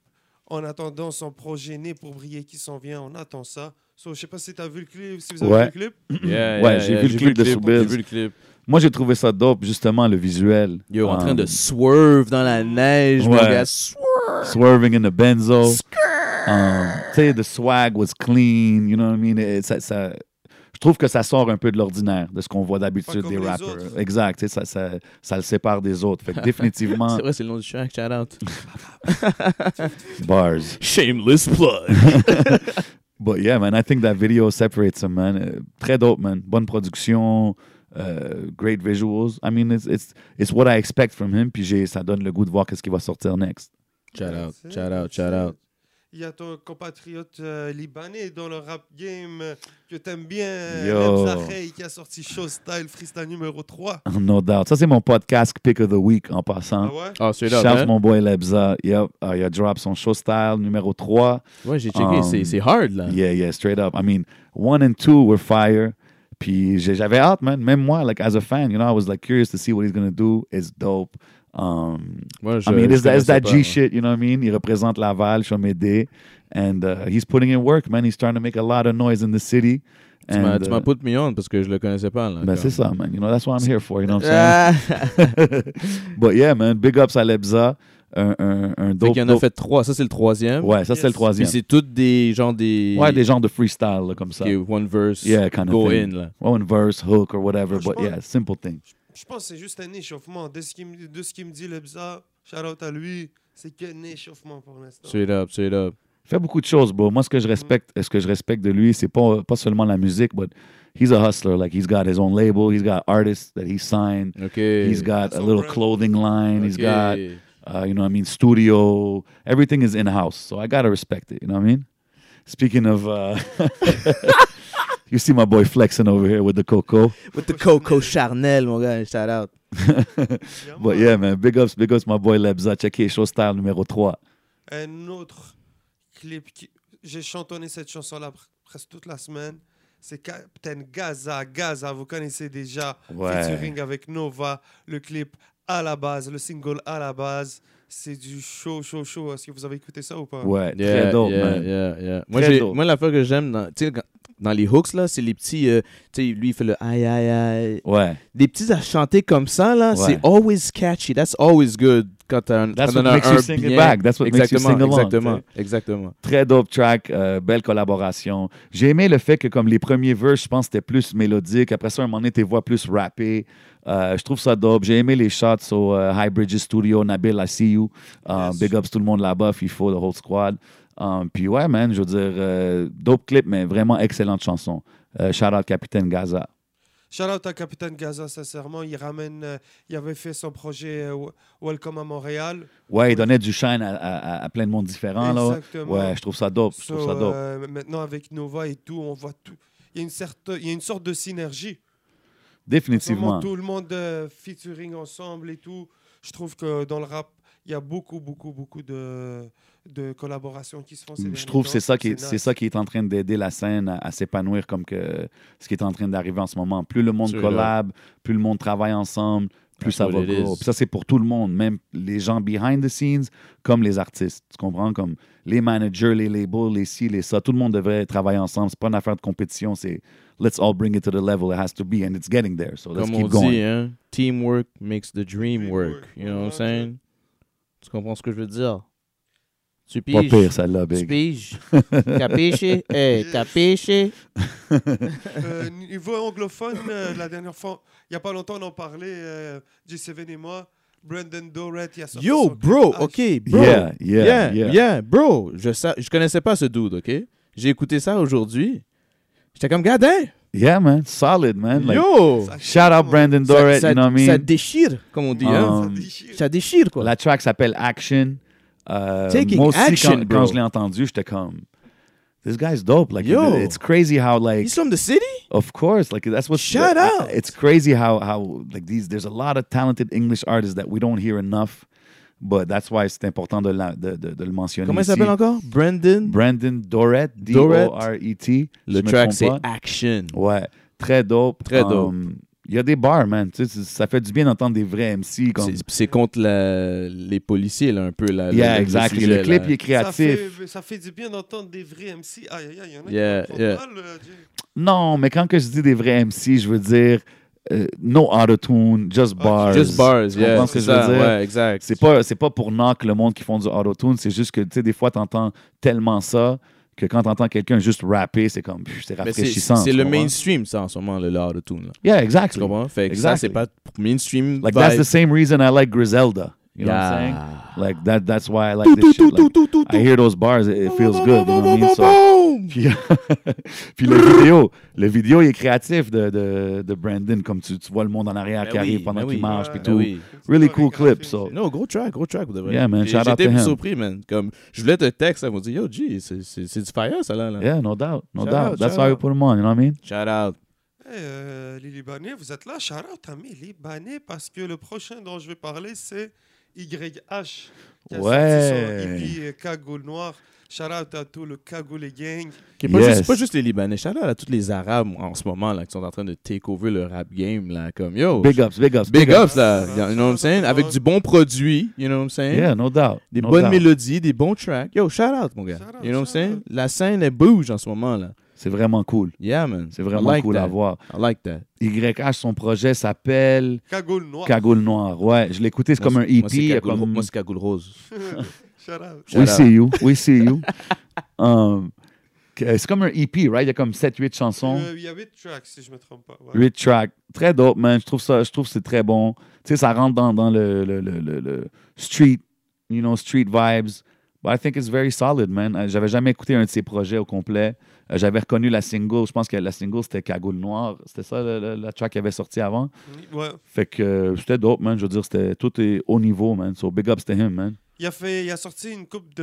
Speaker 1: en attendant son projet né pour briller qui s'en vient. On attend ça. So, je sais pas si tu as vu le clip, si vous avez
Speaker 3: Ouais.
Speaker 1: vu le clip.
Speaker 2: Yeah,
Speaker 3: Ouais,
Speaker 2: yeah,
Speaker 3: j'ai
Speaker 2: yeah,
Speaker 3: vu le clip de Soulbiz.
Speaker 2: J'ai vu le clip.
Speaker 3: Moi, j'ai trouvé ça dope, justement, le visuel.
Speaker 2: Yo, en train de
Speaker 3: Um,
Speaker 2: swerve dans la neige, mon
Speaker 3: Ouais.
Speaker 2: gars. Swerve!
Speaker 3: Swerving in the benzo. Um, tu sais, the swag was clean, you know what I mean? Et ça- ça- je trouve que ça sort un peu de l'ordinaire, de ce qu'on voit d'habitude
Speaker 1: comme
Speaker 3: des
Speaker 1: les
Speaker 3: rappers.
Speaker 1: autres.
Speaker 3: Exact, tu sais, ça, ça, ça le sépare des autres. Fait que définitivement,
Speaker 2: C'est vrai, c'est le nom du track, shout out.
Speaker 3: bars.
Speaker 2: Shameless plug.
Speaker 3: But yeah, man, I think that video separates him, man. Euh, Très dope, man. Bonne production, euh, great visuals. I mean, it's, it's, it's what I expect from him. Puis j'ai- ça donne le goût de voir qu'est-ce qui va sortir next.
Speaker 2: Shout out,
Speaker 1: That's it,
Speaker 2: shout out,
Speaker 1: that's
Speaker 2: shout out.
Speaker 1: it. Il y a ton compatriote euh, libanais dans le rap game euh, que t'aimes bien,
Speaker 3: Yo.
Speaker 1: Reb Zahey, qui a sorti Show Style Freestyle numéro 3.
Speaker 2: Hein?
Speaker 3: No doubt. Ça, c'est mon podcast Pick of the Week en
Speaker 1: Ah
Speaker 3: passant.
Speaker 1: ouais?
Speaker 2: Oh, straight up,
Speaker 3: Shout
Speaker 2: hein?
Speaker 3: mon boy Lebza. Yep, uh, il a drop son show style numéro 3.
Speaker 2: Ouais, j'ai checké,
Speaker 3: Um,
Speaker 2: c'est, c'est hard, là.
Speaker 3: Yeah, yeah, straight up. I mean, one and two were fire. Puis j'ai- j'avais hâte, man. Même moi, like, as a fan, you know, I was like curious to see what he's gonna do. It's dope. Um,
Speaker 2: Moi, je,
Speaker 3: I mean,
Speaker 2: je
Speaker 3: it's that, it's that
Speaker 2: connaissais
Speaker 3: G
Speaker 2: pas.
Speaker 3: shit, you know what I mean? Il représente Laval, Chomédé. And uh, he's putting in work, man. He's trying to make a lot of noise in the city.
Speaker 2: Tu m'as,
Speaker 3: And,
Speaker 2: tu
Speaker 3: uh,
Speaker 2: m'as put me on parce que je le connaissais pas, là.
Speaker 3: ben,
Speaker 2: comme.
Speaker 3: c'est ça, man. You know, that's what I'm here for, you know what I'm
Speaker 2: Ah!
Speaker 3: saying? But yeah, man, big ups à Lebza. Un, un, un
Speaker 2: Fait
Speaker 3: dope,
Speaker 2: qu'il y en a
Speaker 3: dope-
Speaker 2: fait trois. Ça, c'est le troisième.
Speaker 3: Ouais, ça, c'est le
Speaker 1: Yes.
Speaker 2: Puis
Speaker 3: troisième.
Speaker 2: c'est toutes des genres des.
Speaker 3: Ouais, des genres de freestyle, là, comme ça.
Speaker 2: qui est one verse.
Speaker 3: Yeah, kind of
Speaker 2: go
Speaker 3: thing.
Speaker 2: in, là.
Speaker 3: One verse, hook, or
Speaker 1: Moi,
Speaker 3: whatever.
Speaker 1: je
Speaker 3: But
Speaker 1: pense-
Speaker 3: yeah, simple thing.
Speaker 1: Je pense que c'est juste un échauffement. De ce qu'il me, de ce qu'il me dit, Lebza, shout out à lui, c'est qu'un échauffement pour l'instant.
Speaker 2: Straight up, straight up.
Speaker 3: Fait beaucoup de choses, bro. Moi, ce que je respecte, ce que je respecte de lui, c'est pas, pas seulement la musique, but he's a hustler. Like, he's got his own label, he's got artists that he signed.
Speaker 2: OK.
Speaker 3: He's got
Speaker 1: That's
Speaker 3: a
Speaker 1: all
Speaker 3: little
Speaker 1: right.
Speaker 3: clothing line. He's
Speaker 2: OK.
Speaker 3: got, uh, you know what I mean, studio. Everything is in house. So I got to respect it. You know what I mean? Speaking of, uh, you see my boy flexing over here with the Coco.
Speaker 2: With the Coco Charnel, mon gars. Shout out.
Speaker 1: Yeah,
Speaker 3: But
Speaker 1: man.
Speaker 3: yeah, man, big ups, big ups, my boy Lebza. Check his show style numéro 3.
Speaker 1: Un autre clip qui. J'ai chantonné cette chanson-là pr- presque toute la semaine. C'est Captain Gaza. Gaza, vous connaissez déjà.
Speaker 3: Ouais.
Speaker 1: Featuring avec Nova. Le clip à la base, le single à la base. C'est du chaud, chaud, chaud. Est-ce que vous avez écouté ça ou pas?
Speaker 3: Ouais,
Speaker 2: Yeah,
Speaker 3: très dope,
Speaker 2: yeah,
Speaker 3: man.
Speaker 2: yeah, yeah. Moi,
Speaker 3: Très
Speaker 2: j'ai,
Speaker 3: dope.
Speaker 2: moi l'affaire que j'aime dans, tu sais, quand- dans les hooks, là, c'est les petits. euh, tu sais, lui, il fait le aïe, aïe, aïe.
Speaker 3: Ouais.
Speaker 2: Des petits à chanter comme ça, là,
Speaker 3: Ouais.
Speaker 2: c'est always catchy. That's always good quand t'as un.
Speaker 3: That's
Speaker 2: quand
Speaker 3: what
Speaker 2: t'en as
Speaker 3: makes
Speaker 2: un
Speaker 3: you sing
Speaker 2: bien.
Speaker 3: it back. That's what makes you
Speaker 2: exactement,
Speaker 3: sing along.
Speaker 2: exactement,
Speaker 3: tu
Speaker 2: exactement.
Speaker 3: Très dope track, euh, belle collaboration. J'ai aimé le fait que comme les premiers verses, je pense que c'était plus mélodique. Après ça, un moment donné, tes voix plus rappées. Euh, je trouve ça dope. J'ai aimé les shots au euh, High Bridges Studio. Nabil, I see you. Euh,
Speaker 1: Yes.
Speaker 3: Big ups tout le monde là-bas, FIFO, the whole squad. Euh, puis ouais, man, je veux dire, euh, dope clip, mais vraiment excellente chanson. Euh, shout out Capitaine Gaza.
Speaker 1: Shout out à Capitaine Gaza, sincèrement. Il ramène. euh, il avait fait son projet euh, Welcome à Montréal.
Speaker 3: Ouais, il donnait du shine à, à- à plein de monde différent. Ah, Là.
Speaker 1: Exactement.
Speaker 3: Ouais, je trouve ça dope. Je trouve
Speaker 1: So,
Speaker 3: ça dope.
Speaker 1: euh, maintenant, avec Nova et tout, on voit tout. Il y a une, certaine, il y a une sorte de synergie. Vraiment,
Speaker 3: Définitivement.
Speaker 1: Tout le monde euh, featuring ensemble et tout. Je trouve que dans le rap, il y a beaucoup, beaucoup, beaucoup de, de collaborations qui se font. ces
Speaker 3: Mm, Je
Speaker 1: derniers
Speaker 3: trouve que
Speaker 1: temps.
Speaker 3: c'est ça qui est, c'est
Speaker 1: nice.
Speaker 3: ça qui est en train d'aider la scène à, à s'épanouir comme que ce qui est en train d'arriver en ce moment. Plus le monde
Speaker 2: Sûr,
Speaker 3: collab, plus le monde travaille ensemble,
Speaker 2: That's
Speaker 3: plus ça
Speaker 2: what
Speaker 3: va
Speaker 2: it is.
Speaker 3: grow. Puis ça c'est pour tout le monde, même les gens behind the scenes comme les artistes. Tu comprends comme les managers, les labels, les ci, les ça, tout le monde devrait travailler ensemble. C'est pas une affaire de compétition, c'est let's all bring it to the level it has to be and it's getting there. So let's
Speaker 2: Comme on
Speaker 3: keep going.
Speaker 2: dit, hein, teamwork makes the dream
Speaker 1: Dream
Speaker 2: work.
Speaker 1: work.
Speaker 2: You know what I'm
Speaker 1: Ouais,
Speaker 2: saying? Tu comprends ce que je veux dire? Tu
Speaker 3: Pas
Speaker 2: piges?
Speaker 3: pire celle-là,
Speaker 2: tu
Speaker 3: big.
Speaker 2: piges? Eh, t'as pêché? Hey, t'as pêché?
Speaker 1: Euh, niveau anglophone, euh, la dernière fois, il n'y a pas longtemps, on en parlait, euh, G7 et moi. Brandon Dorett, il a sorti
Speaker 2: Yo,
Speaker 1: son
Speaker 2: bro,
Speaker 1: clip. Ah,
Speaker 2: ok, bro.
Speaker 3: Yeah, yeah,
Speaker 2: yeah,
Speaker 3: yeah.
Speaker 2: yeah, bro. Je, sa- je connaissais pas ce dude, ok? J'ai écouté ça aujourd'hui. J'étais comme, god damn,
Speaker 3: Yeah man, solid man. Like,
Speaker 2: yo!
Speaker 1: Ça-
Speaker 3: shout out Brandon
Speaker 2: Ça-
Speaker 3: Dorett,
Speaker 2: ça,
Speaker 3: you know what I mean?
Speaker 2: ça déchire, comme on dit. hein.
Speaker 1: Ah,
Speaker 3: Um,
Speaker 1: ça déchire.
Speaker 2: Ça déchire, quoi.
Speaker 3: La track s'appelle Action. Euh,
Speaker 2: Taking
Speaker 3: moi aussi,
Speaker 2: action,
Speaker 3: quand,
Speaker 2: bro.
Speaker 3: quand je l'ai entendu, j'étais comme, this guy's dope. Like,
Speaker 2: Yo.
Speaker 3: it's crazy how like,
Speaker 2: He's from the city?
Speaker 3: of course, like that's what.
Speaker 2: Shout out.
Speaker 3: It's crazy how how like these. There's a lot of talented English artists that we don't hear enough, but that's why c'est important de, la- de, de, de le mentionner.
Speaker 2: Comment il
Speaker 3: ici.
Speaker 2: s'appelle encore? Brandon?
Speaker 3: Brandon Dorett. D O
Speaker 2: Dorett.
Speaker 3: R E T. si
Speaker 2: Le
Speaker 3: je me
Speaker 2: track,
Speaker 3: trompe
Speaker 2: c'est
Speaker 3: pas.
Speaker 2: Action.
Speaker 3: Ouais, très dope.
Speaker 2: Très dope.
Speaker 3: Um, Il y a des bars, man. Tu sais, ça fait du bien d'entendre des vrais MC comme.
Speaker 2: C'est- C'est contre la- les policiers, là, un peu. Là, le-
Speaker 3: Yeah,
Speaker 2: le,
Speaker 3: exactly.
Speaker 2: sujet,
Speaker 3: Le clip,
Speaker 2: là.
Speaker 3: il est
Speaker 1: Ça
Speaker 3: créatif.
Speaker 1: fait, ça fait du bien d'entendre des vrais MC. Aïe, aïe, aïe, il y en a
Speaker 2: Yeah,
Speaker 1: qui en
Speaker 2: yeah.
Speaker 1: parlent, euh, Jay.
Speaker 3: Non, mais quand que je dis des vrais MC, je veux dire euh, no auto-tune, just
Speaker 1: Ok.
Speaker 3: bars.
Speaker 2: Ah, Just bars, yeah.
Speaker 3: comprends ce
Speaker 2: C'est
Speaker 3: que je veux
Speaker 2: ça,
Speaker 3: dire?
Speaker 2: ouais, exact.
Speaker 3: C'est pas, c'est pas pour knock le monde qui font du auto-tune, c'est juste que, tu sais, des fois, t'entends tellement ça que quand t'entends quelqu'un juste rapper, c'est comme, pff, c'est
Speaker 2: Mais c'est-
Speaker 3: rafraîchissant.
Speaker 2: C'est
Speaker 3: tu
Speaker 2: le
Speaker 3: comprends?
Speaker 2: mainstream, ça, en ce moment, le l'art de tune. Là.
Speaker 3: Yeah,
Speaker 2: Tu
Speaker 3: exactly.
Speaker 2: comprends? Fait que ça,
Speaker 3: Exactly.
Speaker 2: c'est pas mainstream.
Speaker 3: Like, that's
Speaker 2: vibe.
Speaker 3: the same reason I like Griselda. You know what I'm saying?
Speaker 2: Yeah.
Speaker 3: Like, that, that's why I like this shit. Like, I hear those bars, it, it feels good. You know what I mean? So- Puis, puis le vidéo, le vidéo il est créatif de, de, de Brandon, comme tu, tu vois le monde en arrière
Speaker 2: Ben
Speaker 3: qui
Speaker 2: oui,
Speaker 3: arrive pendant
Speaker 2: ben
Speaker 3: qu'il
Speaker 2: oui.
Speaker 3: marche, puis
Speaker 2: Ben
Speaker 3: tout.
Speaker 2: oui.
Speaker 3: Really cool clip, so.
Speaker 1: No.
Speaker 2: No, gros track, gros track. pour de vrai.
Speaker 3: Yeah, man,
Speaker 2: J'ai-
Speaker 3: shout out
Speaker 2: J'étais
Speaker 3: to him.
Speaker 2: surpris, man. Comme, je voulais te texte, ils m'ont dit, yo, G, c'est c'est- c'est du fire, ça, là. là.
Speaker 3: Yeah, no doubt, no
Speaker 2: Shout
Speaker 3: doubt.
Speaker 2: out,
Speaker 3: That's
Speaker 2: shout
Speaker 3: how you
Speaker 2: out.
Speaker 3: put them on, you know what I mean?
Speaker 2: Shout out.
Speaker 1: Eh, euh, les Libanais, vous êtes là. Shout-out à mes Libanais parce que le prochain dont je vais parler, c'est YH. qui a sorti
Speaker 3: Ouais.
Speaker 1: son EP, euh, Cagoule Noire. Shout-out à tout le Cagoule et Gang.
Speaker 2: C'est pas,
Speaker 3: Yes.
Speaker 2: juste, pas juste les Libanais, shout out à tous les Arabes en ce moment là, qui sont en train de take over le rap game. Là, comme, yo,
Speaker 3: Big ups, big ups,
Speaker 2: big ups, là,
Speaker 1: ups.
Speaker 2: you know what I'm saying? Avec du bon produit, you know what I'm saying?
Speaker 3: Yeah, no doubt.
Speaker 2: Des
Speaker 3: no
Speaker 2: bonnes
Speaker 3: doubt.
Speaker 2: mélodies, des bons tracks. Yo, shout out, mon gars.
Speaker 1: Shout out,
Speaker 2: you know what I'm
Speaker 1: shout
Speaker 2: saying?
Speaker 1: out.
Speaker 2: La scène, elle bouge en ce moment, là.
Speaker 3: C'est vraiment cool.
Speaker 2: Yeah, man.
Speaker 3: C'est vraiment
Speaker 2: I like
Speaker 3: cool
Speaker 2: that.
Speaker 3: à voir.
Speaker 2: I like that.
Speaker 3: YH, son projet s'appelle
Speaker 1: Cagoule Noire.
Speaker 3: Cagoule Noire. Ouais, je l'ai écouté, c'est comme un EP.
Speaker 2: Moi,
Speaker 3: il y
Speaker 2: c'est
Speaker 3: a
Speaker 2: Cagoule-
Speaker 3: comme-
Speaker 2: Moi, c'est Cagoule Rose.
Speaker 1: Shout-out.
Speaker 2: Shout
Speaker 3: We
Speaker 2: out.
Speaker 3: see you, we see you. Um, que- c'est comme un EP, right? Il y a comme 7-8 chansons.
Speaker 1: Euh, Il y a 8 tracks, si je ne me trompe pas. Ouais.
Speaker 3: 8 tracks. Très dope, man. Je trouve ça, je trouve que c'est très bon. Tu sais, ça rentre dans, dans le, le, le, le- le street, you know, street vibes. But I think it's very solid, man. Euh, J'avais jamais écouté un de ses projets au complet. Euh, J'avais reconnu la single. Je pense que la single, c'était Cagoule Noire. C'était ça, le- le- la track qu'il avait sorti avant.
Speaker 1: Ouais.
Speaker 3: Fait que euh, c'était dope, man. Je veux dire, c'était tout est haut niveau, man. So big ups to him, man.
Speaker 1: Il a, fait, il a sorti une coupe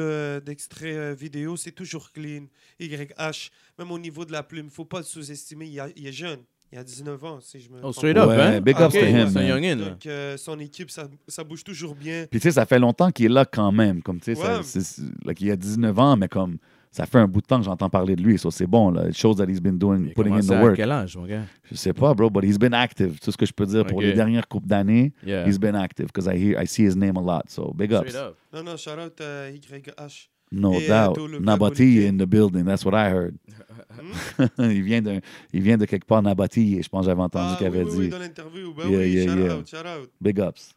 Speaker 1: d'extraits euh, vidéo, c'est toujours clean. YH, même au niveau de la plume, faut pas le sous-estimer, il, a- il est jeune. Il a 19 ans, si je me
Speaker 2: Oh,
Speaker 1: trompe
Speaker 2: straight
Speaker 1: pas.
Speaker 2: up,
Speaker 3: Ouais,
Speaker 2: hein?
Speaker 3: big
Speaker 1: ups to him,
Speaker 2: C'est un
Speaker 3: man.
Speaker 2: youngin, là.
Speaker 1: Donc, euh, son équipe, ça, ça bouge toujours bien.
Speaker 3: Puis tu sais, ça fait longtemps qu'il est là quand même. Comme tu sais, ça-
Speaker 1: Ouais.
Speaker 3: c'est- c'est- like, il y a 19 ans, mais comme ça fait un bout de temps que j'entends parler de lui. So c'est bon, là. It shows that he's been doing,
Speaker 2: Il a
Speaker 3: putting in
Speaker 2: commencé
Speaker 3: the
Speaker 2: à
Speaker 3: work.
Speaker 2: quel âge, mon gars?
Speaker 3: Je sais pas, bro, but he's been active. Tout ce que je peux dire pour
Speaker 2: Ok.
Speaker 3: les dernières coupes d'années,
Speaker 2: Yeah.
Speaker 3: he's been active because I hear, I see his name a lot. So big ups,
Speaker 2: Straight up.
Speaker 1: Non, non, shout out euh, à YH.
Speaker 3: no
Speaker 1: Et, euh,
Speaker 3: doubt.
Speaker 1: tout le
Speaker 3: Nabati
Speaker 1: Cagoulé.
Speaker 3: in the building. That's what I heard.
Speaker 1: Hmm?
Speaker 3: il vient d'un, il vient de quelque part Nabati. et Je pense que j'avais entendu
Speaker 1: Ah,
Speaker 3: qu'il avait
Speaker 1: oui, oui,
Speaker 3: dit.
Speaker 1: oui, dans l'interview. Ben
Speaker 3: Yeah,
Speaker 1: oui,
Speaker 3: yeah,
Speaker 1: shout
Speaker 3: yeah.
Speaker 1: out, shout out.
Speaker 3: Big ups.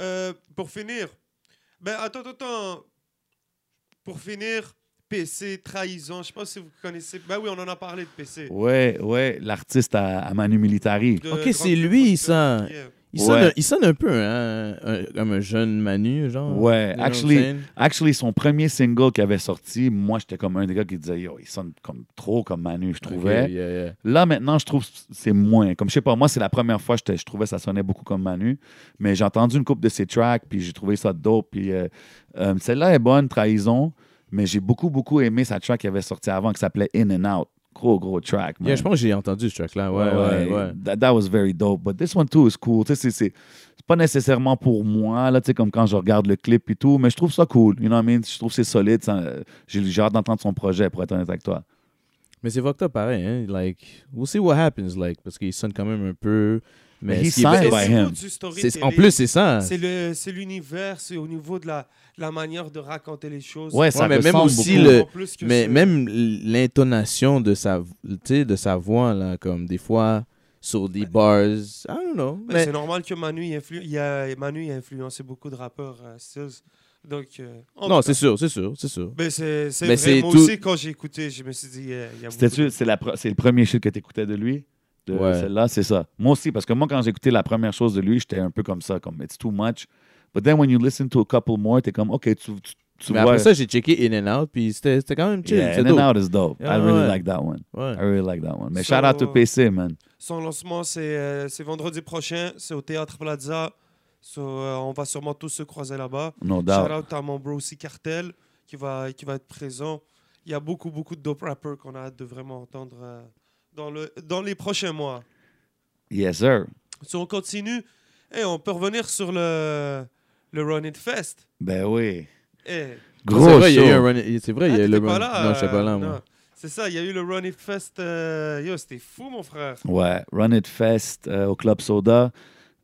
Speaker 1: Euh, pour finir, ben attends, attends, attends. Pour finir, PC, trahison, je sais pas si vous connaissez. Ben oui, on en a parlé de PC.
Speaker 3: Ouais, ouais, l'artiste à, à Manu Militari.
Speaker 1: De
Speaker 2: Ok,
Speaker 1: Drunk
Speaker 2: c'est lui,
Speaker 1: Prospect.
Speaker 2: ça.
Speaker 1: Yeah.
Speaker 2: Il sonne,
Speaker 3: Ouais.
Speaker 2: un, il sonne un peu hein, un- comme un jeune Manu, genre.
Speaker 3: Ouais,
Speaker 2: You know
Speaker 3: actually-
Speaker 2: what I'm saying?
Speaker 3: Actually, son premier single qu'il avait sorti, moi, j'étais comme un des gars qui disait, yo, il sonne comme trop comme Manu, je trouvais.
Speaker 2: Ok, yeah, yeah.
Speaker 3: Là, maintenant, je trouve que c'est moins. Comme je sais pas, moi, c'est la première fois que j'étais- je trouvais que ça sonnait beaucoup comme Manu. Mais j'ai entendu une coupe de ses tracks, puis j'ai trouvé ça dope. Puis euh, euh, celle-là est bonne, Trahison. Mais j'ai beaucoup, beaucoup aimé sa track qu'il avait sorti avant qui s'appelait In and Out. Gros, gros track. man.
Speaker 2: Yeah, je pense que j'ai entendu ce track-là. Ouais, ouais, ouais.
Speaker 3: That, that was very dope. But this one too is cool. Tu sais, c'est- c'est c'est pas nécessairement pour moi, là, tu sais, comme quand je regarde le clip et tout, mais je trouve ça cool. You know what I mean? Je trouve que c'est solide. ça, euh, J'ai j'ai hâte d'entendre son projet, pour être honnête avec toi.
Speaker 2: Mais c'est fucked up pareil, hein. Like, we'll see what happens, like, parce qu'il sonne quand même un peu.
Speaker 3: Mais
Speaker 2: Mais
Speaker 3: he
Speaker 2: ce qui est-
Speaker 3: signed
Speaker 1: C'est
Speaker 3: by
Speaker 1: au niveau
Speaker 3: him.
Speaker 1: du
Speaker 2: c'est-
Speaker 1: storytelling.
Speaker 2: en plus, c'est ça.
Speaker 1: C'est le- c'est l'univers, c'est au niveau de la, la manière de raconter les choses.
Speaker 3: Ouais, ça
Speaker 2: mais même
Speaker 3: ressemble
Speaker 2: aussi
Speaker 3: beaucoup.
Speaker 2: le-
Speaker 1: Encore plus que
Speaker 2: Mais
Speaker 1: ce-
Speaker 2: même l'intonation de sa, tu sais, de sa voix, là, comme des fois sur des bars, I don't know.
Speaker 1: Mais
Speaker 2: mais-
Speaker 1: C'est normal que Manu il influ- il a, Manu il a influencé beaucoup de rappeurs. euh, Stills. Donc, euh, en
Speaker 2: non,
Speaker 1: tout cas.
Speaker 2: c'est sûr, c'est sûr, c'est sûr.
Speaker 1: Mais c'est c'est
Speaker 2: Mais
Speaker 1: vrai.
Speaker 2: c'est
Speaker 1: Moi
Speaker 2: tout-
Speaker 1: aussi, quand j'ai écouté, je me suis dit, euh, il y a beaucoup de-
Speaker 3: C'était-tu- C'est la pro- c'est le premier shit que t'écoutais de lui? De
Speaker 2: Ouais.
Speaker 3: celle-là, c'est ça. Moi aussi, parce que moi, quand j'écoutais la première chose de lui, j'étais un peu comme ça, comme it's too much. But then when you listen to a couple more, t'es comme, OK, tu, tu, tu
Speaker 2: mais
Speaker 3: vois.
Speaker 2: après ça, j'ai checké In and Out, puis c'était c'était quand même chill.
Speaker 3: yeah,
Speaker 2: c'est
Speaker 3: In
Speaker 2: dope.
Speaker 3: and Out is dope. I
Speaker 2: Yeah,
Speaker 3: really
Speaker 2: ouais.
Speaker 3: like that one.
Speaker 2: Ouais.
Speaker 3: I really like that one. Mais
Speaker 1: So-
Speaker 3: shout out to PC, man.
Speaker 1: Son lancement, c'est euh, c'est vendredi prochain. C'est au Théâtre Plaza. So, euh, on va sûrement tous se croiser là-bas.
Speaker 3: No doubt.
Speaker 1: Shout out à mon bro aussi Cartel qui va, qui va être présent. Il y a beaucoup, beaucoup de dope rappers qu'on a hâte de vraiment entendre euh, dans, le, dans les prochains mois.
Speaker 3: Yes, sir.
Speaker 1: Si on continue, et on peut revenir sur le, le Run It Fest.
Speaker 3: Ben oui.
Speaker 1: Eh,
Speaker 2: C'est
Speaker 3: Gros
Speaker 2: vrai, il y a eu un
Speaker 3: show.
Speaker 2: run- C'est vrai,
Speaker 1: ah,
Speaker 2: il y a eu le
Speaker 1: t'étais pas
Speaker 2: run.
Speaker 1: là,
Speaker 2: non, je suis pas là,
Speaker 1: euh,
Speaker 2: moi.
Speaker 1: non. C'est ça, il y a eu le Run It Fest. euh, yo, c'était fou, mon frère.
Speaker 3: Ouais, Run It Fest euh, au Club Soda.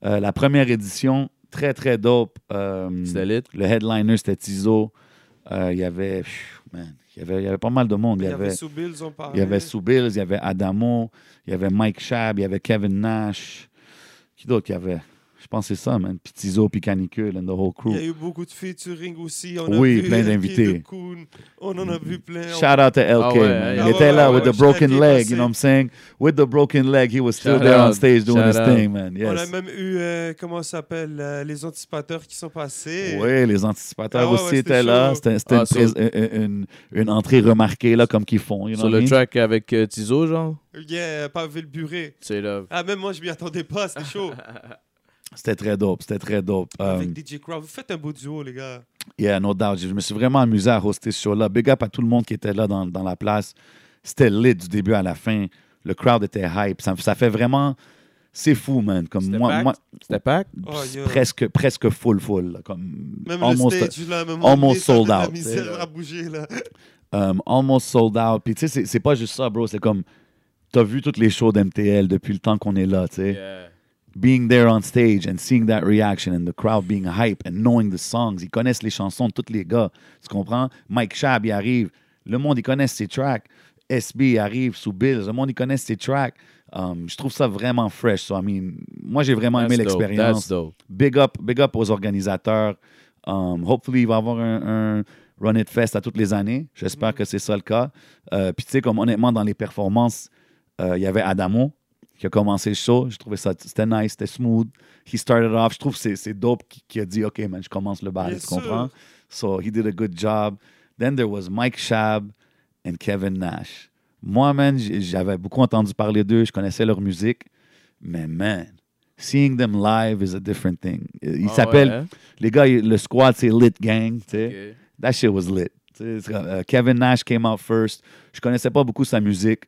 Speaker 3: Euh, la première édition, très, très dope. Euh,
Speaker 2: C'était lit.
Speaker 3: le headliner, c'était Tizo. Euh, Il y avait, pff, man, il y avait, il y avait pas mal de monde.
Speaker 1: Il y avait
Speaker 3: avait,
Speaker 1: Sous Bills, on
Speaker 3: il y avait Sue Bills, il y avait Adamo, il y avait Mike Shab, il y avait Kevin Nash. Qui d'autre qu'il y avait? Je pense que c'est ça, man. Puis Tizo, puis Canicule, and the whole
Speaker 1: Il y a
Speaker 3: crew.
Speaker 1: eu beaucoup de featuring aussi. On
Speaker 3: Oui,
Speaker 1: a vu
Speaker 3: plein
Speaker 1: Kid
Speaker 3: d'invités.
Speaker 1: The Coon, On en a vu plein. On-
Speaker 3: Shout out to LK,
Speaker 2: Ah ouais,
Speaker 3: man.
Speaker 2: ah
Speaker 3: Il
Speaker 1: ouais,
Speaker 3: était là
Speaker 1: ouais,
Speaker 3: with
Speaker 1: ouais,
Speaker 3: the
Speaker 1: je l'ai
Speaker 3: broken
Speaker 1: dit
Speaker 3: leg,
Speaker 1: passer.
Speaker 3: you know what I'm saying? With the broken leg, he was still
Speaker 2: Shout
Speaker 3: there on
Speaker 2: out,
Speaker 3: stage doing
Speaker 2: shout
Speaker 3: his
Speaker 2: out.
Speaker 3: thing, man.
Speaker 1: On a
Speaker 3: Yes.
Speaker 1: même eu, euh, comment ça s'appelle, euh, les anticipateurs qui sont passés.
Speaker 3: Oui, les anticipateurs
Speaker 1: Ah ouais,
Speaker 3: aussi
Speaker 1: ouais, c'était
Speaker 3: étaient là.
Speaker 1: chaud.
Speaker 3: C'était c'était
Speaker 2: Ah,
Speaker 3: une,
Speaker 2: sur-
Speaker 3: prise- une- une- une entrée remarquée, là, comme qu'ils font. You
Speaker 2: Sur
Speaker 3: know what I
Speaker 2: le
Speaker 3: mean?
Speaker 2: track avec euh, Tizo, genre.
Speaker 1: Yeah, Pavel Buré.
Speaker 2: C'est là.
Speaker 1: Ah, même moi, je m'y attendais pas, c'était chaud.
Speaker 3: C'était très dope, c'était très dope. Um,
Speaker 1: Avec DJ Crowd. Vous faites un beau duo, les gars.
Speaker 3: Yeah, no doubt. Je me suis vraiment amusé à hoster ce show-là. Big up à tout le monde qui était là dans, dans la place. C'était lit du début à la fin. Le crowd était hype. Ça, ça fait vraiment. C'est fou, man. Comme
Speaker 2: C'était
Speaker 3: moi,
Speaker 2: packed?
Speaker 3: moi
Speaker 2: C'était pack?
Speaker 1: Oh, yo.
Speaker 3: presque, presque full, full. là, Comme
Speaker 1: Même
Speaker 3: almost,
Speaker 1: le stage, là, même
Speaker 3: almost sold
Speaker 1: La
Speaker 3: out, tu sais,
Speaker 1: misère
Speaker 3: là.
Speaker 1: à bouger, là.
Speaker 3: um, almost sold out. Puis tu sais, c'est- c'est pas juste ça, bro. C'est comme. T'as vu toutes les shows d'MTL depuis le temps qu'on est là, tu sais.
Speaker 2: Yeah.
Speaker 3: being there on stage and seeing that reaction and the crowd being hype and knowing the songs. Ils connaissent les chansons de tous les gars. Tu comprends? Mike Shab, il arrive. Le monde, ils connaissent ses tracks. SB, il arrive sous Bills. Le monde, ils connaissent ses tracks. Um, je trouve ça vraiment fresh. So, I mean, moi, j'ai vraiment aimé
Speaker 2: That's dope, That's
Speaker 3: l'expérience.
Speaker 2: dope.
Speaker 3: Big up, big up aux organisateurs. Um, hopefully, il va y avoir un, un Run It Fest à toutes les années. J'espère
Speaker 1: Mm-hmm.
Speaker 3: que c'est ça le cas. Euh, Puis, tu sais, comme honnêtement, dans les performances, euh, il y avait Adamo qui a commencé le show. J'ai trouvé ça, c'était nice, c'était smooth. He started off. Je trouve que c'est- c'est dope qui, qui a dit, OK, man, je commence le bal,
Speaker 1: Bien
Speaker 3: tu
Speaker 1: sûr.
Speaker 3: comprends? So, he did a good job. Then there was Mike Shab and Kevin Nash. Moi, man, j- j'avais beaucoup entendu parler d'eux, je connaissais leur musique, mais man, seeing them live is a different thing. Ils
Speaker 2: Ah
Speaker 3: s'appellent,
Speaker 2: ouais, hein?
Speaker 3: les gars, ils- le squad, c'est Lit Gang, tu sais.
Speaker 2: Ok.
Speaker 3: That shit was lit. Tu sais, c'est comme, euh, Kevin Nash came out first. Je connaissais pas beaucoup sa musique.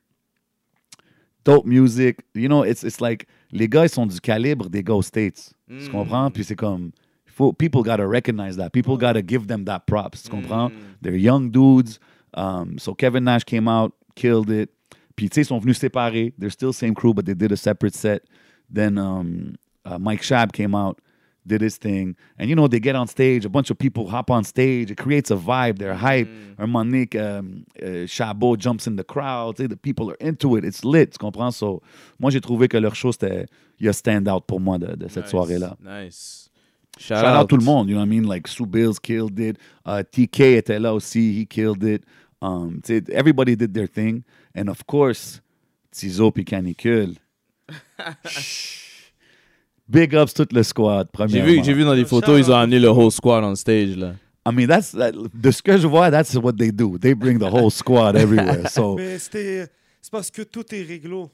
Speaker 3: Dope music. You know, it's, it's like, les gars, ils sont du calibre des gars aux States. Tu
Speaker 2: Mm.
Speaker 3: comprends? Puis c'est comme, faut, people gotta recognize that. People gotta give them that props. Tu comprends?
Speaker 2: Mm.
Speaker 3: They're young dudes. Um, so Kevin Nash came out, killed it. Puis tu sais, ils sont venus séparés. They're still same crew, but they did a separate set. Then um, uh, Mike Shab came out, did his thing. And you know, they get on stage, a bunch of people hop on stage. It creates a vibe. They're hype.
Speaker 2: Mm.
Speaker 3: Un moment donné, que, um, euh, Chabot jumps in the crowd. Tu sais, the people are into it. It's lit. Tu comprends? So, moi, j'ai trouvé que leur show, c'était il y a stand-out pour moi de, de cette
Speaker 2: Nice,
Speaker 3: soirée-là.
Speaker 2: Nice. Shout,
Speaker 3: Shout out tout le monde, you know what I mean? Like, Sue Bills killed it. Uh, TK était là aussi, he killed it. Um, tu sais, everybody did their thing. And of course, Tizo puis Canicule. Big ups tout le squad,
Speaker 2: J'ai vu,
Speaker 3: premièrement.
Speaker 2: j'ai vu dans les photos, ils ont amené le whole squad on stage, là.
Speaker 3: I mean, that's, that- de ce que je vois, that's what they do. They bring the whole squad everywhere. So,
Speaker 1: Mais c'était. C'est parce que tout est réglo.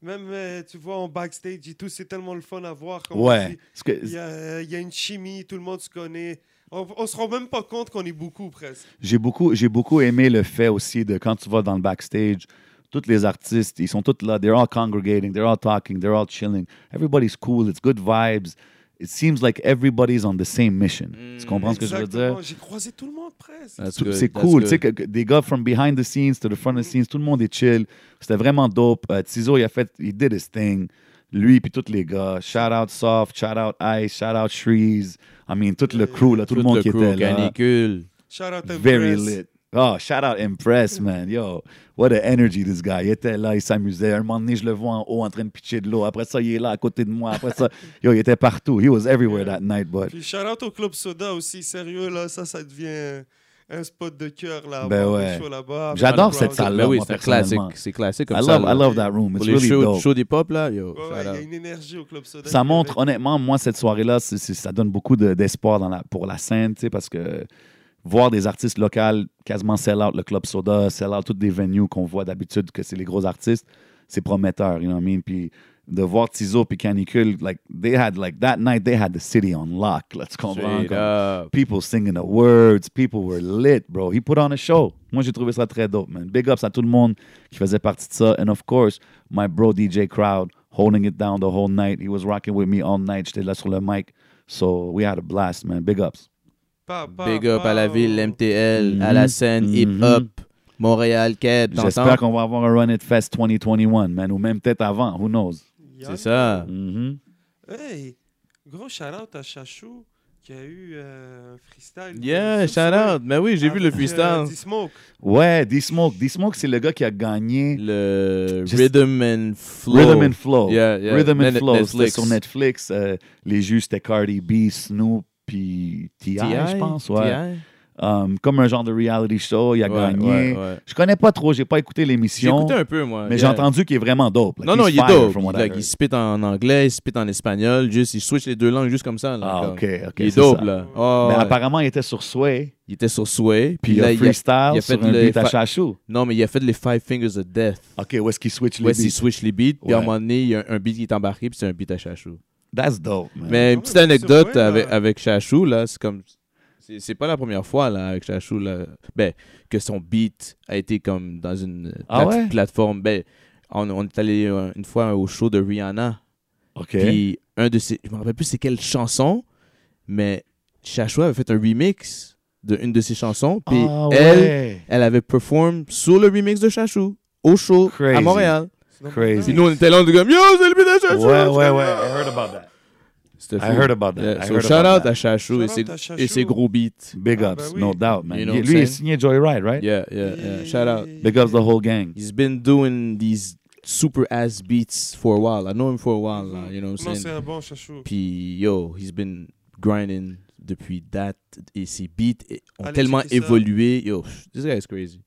Speaker 1: Même, euh, tu vois, en backstage et tout, c'est tellement le fun à voir. comme on
Speaker 3: ouais.
Speaker 1: dit.
Speaker 3: Parce que
Speaker 1: Il y, a, il y a une chimie, tout le monde se connaît. On, on se rend même pas compte qu'on est beaucoup, presque.
Speaker 3: J'ai beaucoup, j'ai beaucoup aimé le fait aussi de quand tu vas dans le backstage, tous les artistes, ils sont tous là, they're all congregating, they're all talking, they're all chilling. Everybody's cool, it's good vibes. It seems like everybody's on the same mission. Tu comprends ce que je veux dire?
Speaker 1: Exactement, J'ai croisé tout le monde, presque.
Speaker 2: That's
Speaker 3: Tout-
Speaker 2: good,
Speaker 3: C'est
Speaker 2: that's
Speaker 3: cool,
Speaker 2: good.
Speaker 3: tu sais, que- que des gars from behind the scenes to the front of the scenes, tout le monde est chill. C'était vraiment dope. Euh, Tizo, il a fait, il did his thing. Lui puis tous les gars. Shout out Soft, shout out Ice, shout out Shreeze. I mean, tout le crew, là, tout, le monde qui
Speaker 2: crew,
Speaker 3: était là.
Speaker 2: Canicule.
Speaker 1: Shout out à
Speaker 3: Very
Speaker 1: Brest.
Speaker 3: lit. Oh, shout out Impress, man. Yo, what an energy, this guy. Il était là, il s'amusait. Un moment donné, je le vois en haut en train de pitcher de l'eau. Après ça, il est là à côté de moi. Après ça, yo, il était partout. He was everywhere that night, but.
Speaker 1: Puis shout out au Club Soda aussi, sérieux, là, ça, ça devient un spot de cœur, là.
Speaker 3: Ben
Speaker 1: avoir des
Speaker 3: ouais.
Speaker 1: shows là-bas.
Speaker 3: J'adore
Speaker 1: Avec le
Speaker 3: cette
Speaker 1: crowd.
Speaker 3: salle.
Speaker 2: Ben
Speaker 3: là,
Speaker 2: oui,
Speaker 3: moi,
Speaker 2: c'est un classique.
Speaker 3: personnellement.
Speaker 2: C'est classique
Speaker 3: I
Speaker 2: comme ça.
Speaker 3: love,
Speaker 2: là.
Speaker 3: I love that room. It's
Speaker 2: Pour les
Speaker 3: really
Speaker 2: shows,
Speaker 3: dope.
Speaker 2: shows des pop, là,
Speaker 1: Ouais,
Speaker 2: yo.
Speaker 1: ouais,
Speaker 2: shout
Speaker 1: il y a
Speaker 2: out.
Speaker 1: une énergie au Club Soda.
Speaker 3: Ça
Speaker 1: du
Speaker 3: montre,
Speaker 1: Québec.
Speaker 3: honnêtement, moi, cette soirée-là, c'est- c'est- ça donne beaucoup de- d'espoir dans la- pour la scène, tu sais, parce que voir des artistes locaux quasiment sell out le Club Soda, sell out toutes des venues qu'on voit d'habitude que c'est les gros artistes, c'est prometteur, you know what I mean? Puis de voir Tizo puis Canicule, like, they had, like, that night, they had the city on lock, là, tu comprends?
Speaker 2: Straight
Speaker 3: Comme,
Speaker 2: up.
Speaker 3: people singing the words, people were lit, bro. He put on a show. Moi, j'ai trouvé ça très dope, man. Big ups à tout le monde qui faisait partie de ça. And of course, my bro DJ Crowd holding it down the whole night. He was rocking with me all night. J'étais là sur le mic. So we had a blast, man. Big ups.
Speaker 1: Pa, pa,
Speaker 2: Big up
Speaker 1: pa,
Speaker 2: à la ville,
Speaker 1: oh.
Speaker 2: MTL, à
Speaker 3: Mhm.
Speaker 2: la scène,
Speaker 3: Mhm.
Speaker 2: hip-hop, Montréal, Québec,
Speaker 3: J'espère
Speaker 2: t'entends?
Speaker 3: qu'on va avoir un Run It Fest 2021, man. Ou même peut-être avant. Who knows?
Speaker 1: Yann.
Speaker 2: C'est ça.
Speaker 3: Mhm.
Speaker 1: Hey, gros shout out à Chachou qui qui a eu euh, un freestyle.
Speaker 2: Yeah,
Speaker 1: sur Smoke,
Speaker 2: shout out. Mais oui, j'ai vu le
Speaker 1: avec, euh,
Speaker 2: freestyle.
Speaker 1: D-Smoke.
Speaker 3: Ouais, D-Smoke. D-Smoke, c'est le gars qui a gagné
Speaker 2: Le
Speaker 3: Just-
Speaker 2: Rhythm and Flow.
Speaker 3: Rhythm and Flow.
Speaker 2: Yeah, yeah.
Speaker 3: Rhythm and
Speaker 2: Net-
Speaker 3: Flow, c'était
Speaker 2: Netflix.
Speaker 3: sur Netflix. Euh, les juges, c'était Cardi B, Snoop, puis T.I., je pense. Ouais.
Speaker 2: TI?
Speaker 3: Um, comme un genre de reality show, il a
Speaker 2: Ouais,
Speaker 3: gagné.
Speaker 2: ouais, ouais.
Speaker 3: Je connais pas trop, j'ai pas écouté
Speaker 2: J'ai
Speaker 3: l'émission,
Speaker 2: écouté un peu, moi.
Speaker 3: mais j'ai
Speaker 2: yeah.
Speaker 3: entendu qu'il est vraiment dope. like,
Speaker 2: Non, non,
Speaker 3: he's
Speaker 2: il est
Speaker 3: fire
Speaker 2: dope.
Speaker 3: from what I
Speaker 2: Il, like,
Speaker 3: heard.
Speaker 2: il spit en anglais, il spit en espagnol, juste, il switch les deux langues juste comme ça. là,
Speaker 3: Ah,
Speaker 2: comme.
Speaker 3: ok, ok.
Speaker 2: Il est
Speaker 3: c'est
Speaker 2: dope,
Speaker 3: ça.
Speaker 2: là. Oh,
Speaker 3: Mais
Speaker 2: ouais.
Speaker 3: apparemment, il était sur Sway,
Speaker 2: Il était sur Sway,
Speaker 3: puis
Speaker 2: puis
Speaker 3: il
Speaker 2: là,
Speaker 3: a
Speaker 2: il a-
Speaker 3: freestyle
Speaker 2: il a fait
Speaker 3: sur un
Speaker 2: le
Speaker 3: beat à
Speaker 2: fa-
Speaker 3: Chachou.
Speaker 2: non, mais il a fait les Five Fingers of Death.
Speaker 3: Ok, où est-ce qu'il switch les
Speaker 2: Ouais, il
Speaker 3: beats?
Speaker 2: switch les beats, puis à un
Speaker 3: Ouais.
Speaker 2: moment donné, il y a un, un beat qui est embarqué, puis c'est un beat à Chachou.
Speaker 3: That's dope, man.
Speaker 2: Mais
Speaker 1: ouais,
Speaker 2: une petite
Speaker 1: mais c'est
Speaker 2: anecdote
Speaker 1: vrai, là.
Speaker 2: avec, avec Chachou, là, c'est comme. C'est c'est pas la première fois, là, avec Chachou, là. Ben, que son beat a été comme dans une
Speaker 3: Ah
Speaker 2: plate-
Speaker 3: ouais?
Speaker 2: plateforme. Ben, on, on est allé euh, une fois au show de Rihanna,
Speaker 3: ok.
Speaker 2: puis un de ses. Je me rappelle plus c'est quelle chanson, mais Chachou avait fait un remix d'une de ses chansons, puis
Speaker 3: Ah
Speaker 2: elle.
Speaker 3: ouais.
Speaker 2: elle avait perform sur le remix de Chachou au show
Speaker 3: Crazy.
Speaker 2: à Montréal.
Speaker 1: Sinon,
Speaker 3: Crazy.
Speaker 2: Puis nous, on était là, on était comme Yo, c'est le beat de Chachou!
Speaker 3: Ouais, ouais, ouais. I heard about that.
Speaker 2: C'était
Speaker 3: I
Speaker 2: fou.
Speaker 3: heard about that.
Speaker 2: Yeah,
Speaker 3: I
Speaker 2: so
Speaker 3: heard
Speaker 2: shout
Speaker 3: about
Speaker 2: out
Speaker 3: that.
Speaker 2: à Chachou et,
Speaker 1: Shout
Speaker 2: ses-
Speaker 1: out à Chachou.
Speaker 2: et ses gros beats.
Speaker 3: Big
Speaker 1: Ah,
Speaker 3: ups,
Speaker 1: ben oui.
Speaker 3: no doubt, man.
Speaker 2: You know what I'm
Speaker 3: Lui, il est
Speaker 2: saying?
Speaker 3: signé Joyride, right?
Speaker 2: Yeah, yeah, yeah. Shout out.
Speaker 3: Big ups the whole gang.
Speaker 2: He's been doing these super ass beats for a while. I know him for a while, là, you know what
Speaker 1: Non, c'est
Speaker 2: I'm saying?
Speaker 1: un bon chachou.
Speaker 2: Puis yo, he's been grinding depuis that et ses beats et- ont
Speaker 1: Allez,
Speaker 2: tellement
Speaker 1: checker ça.
Speaker 2: évolué. Yo, this guy is crazy.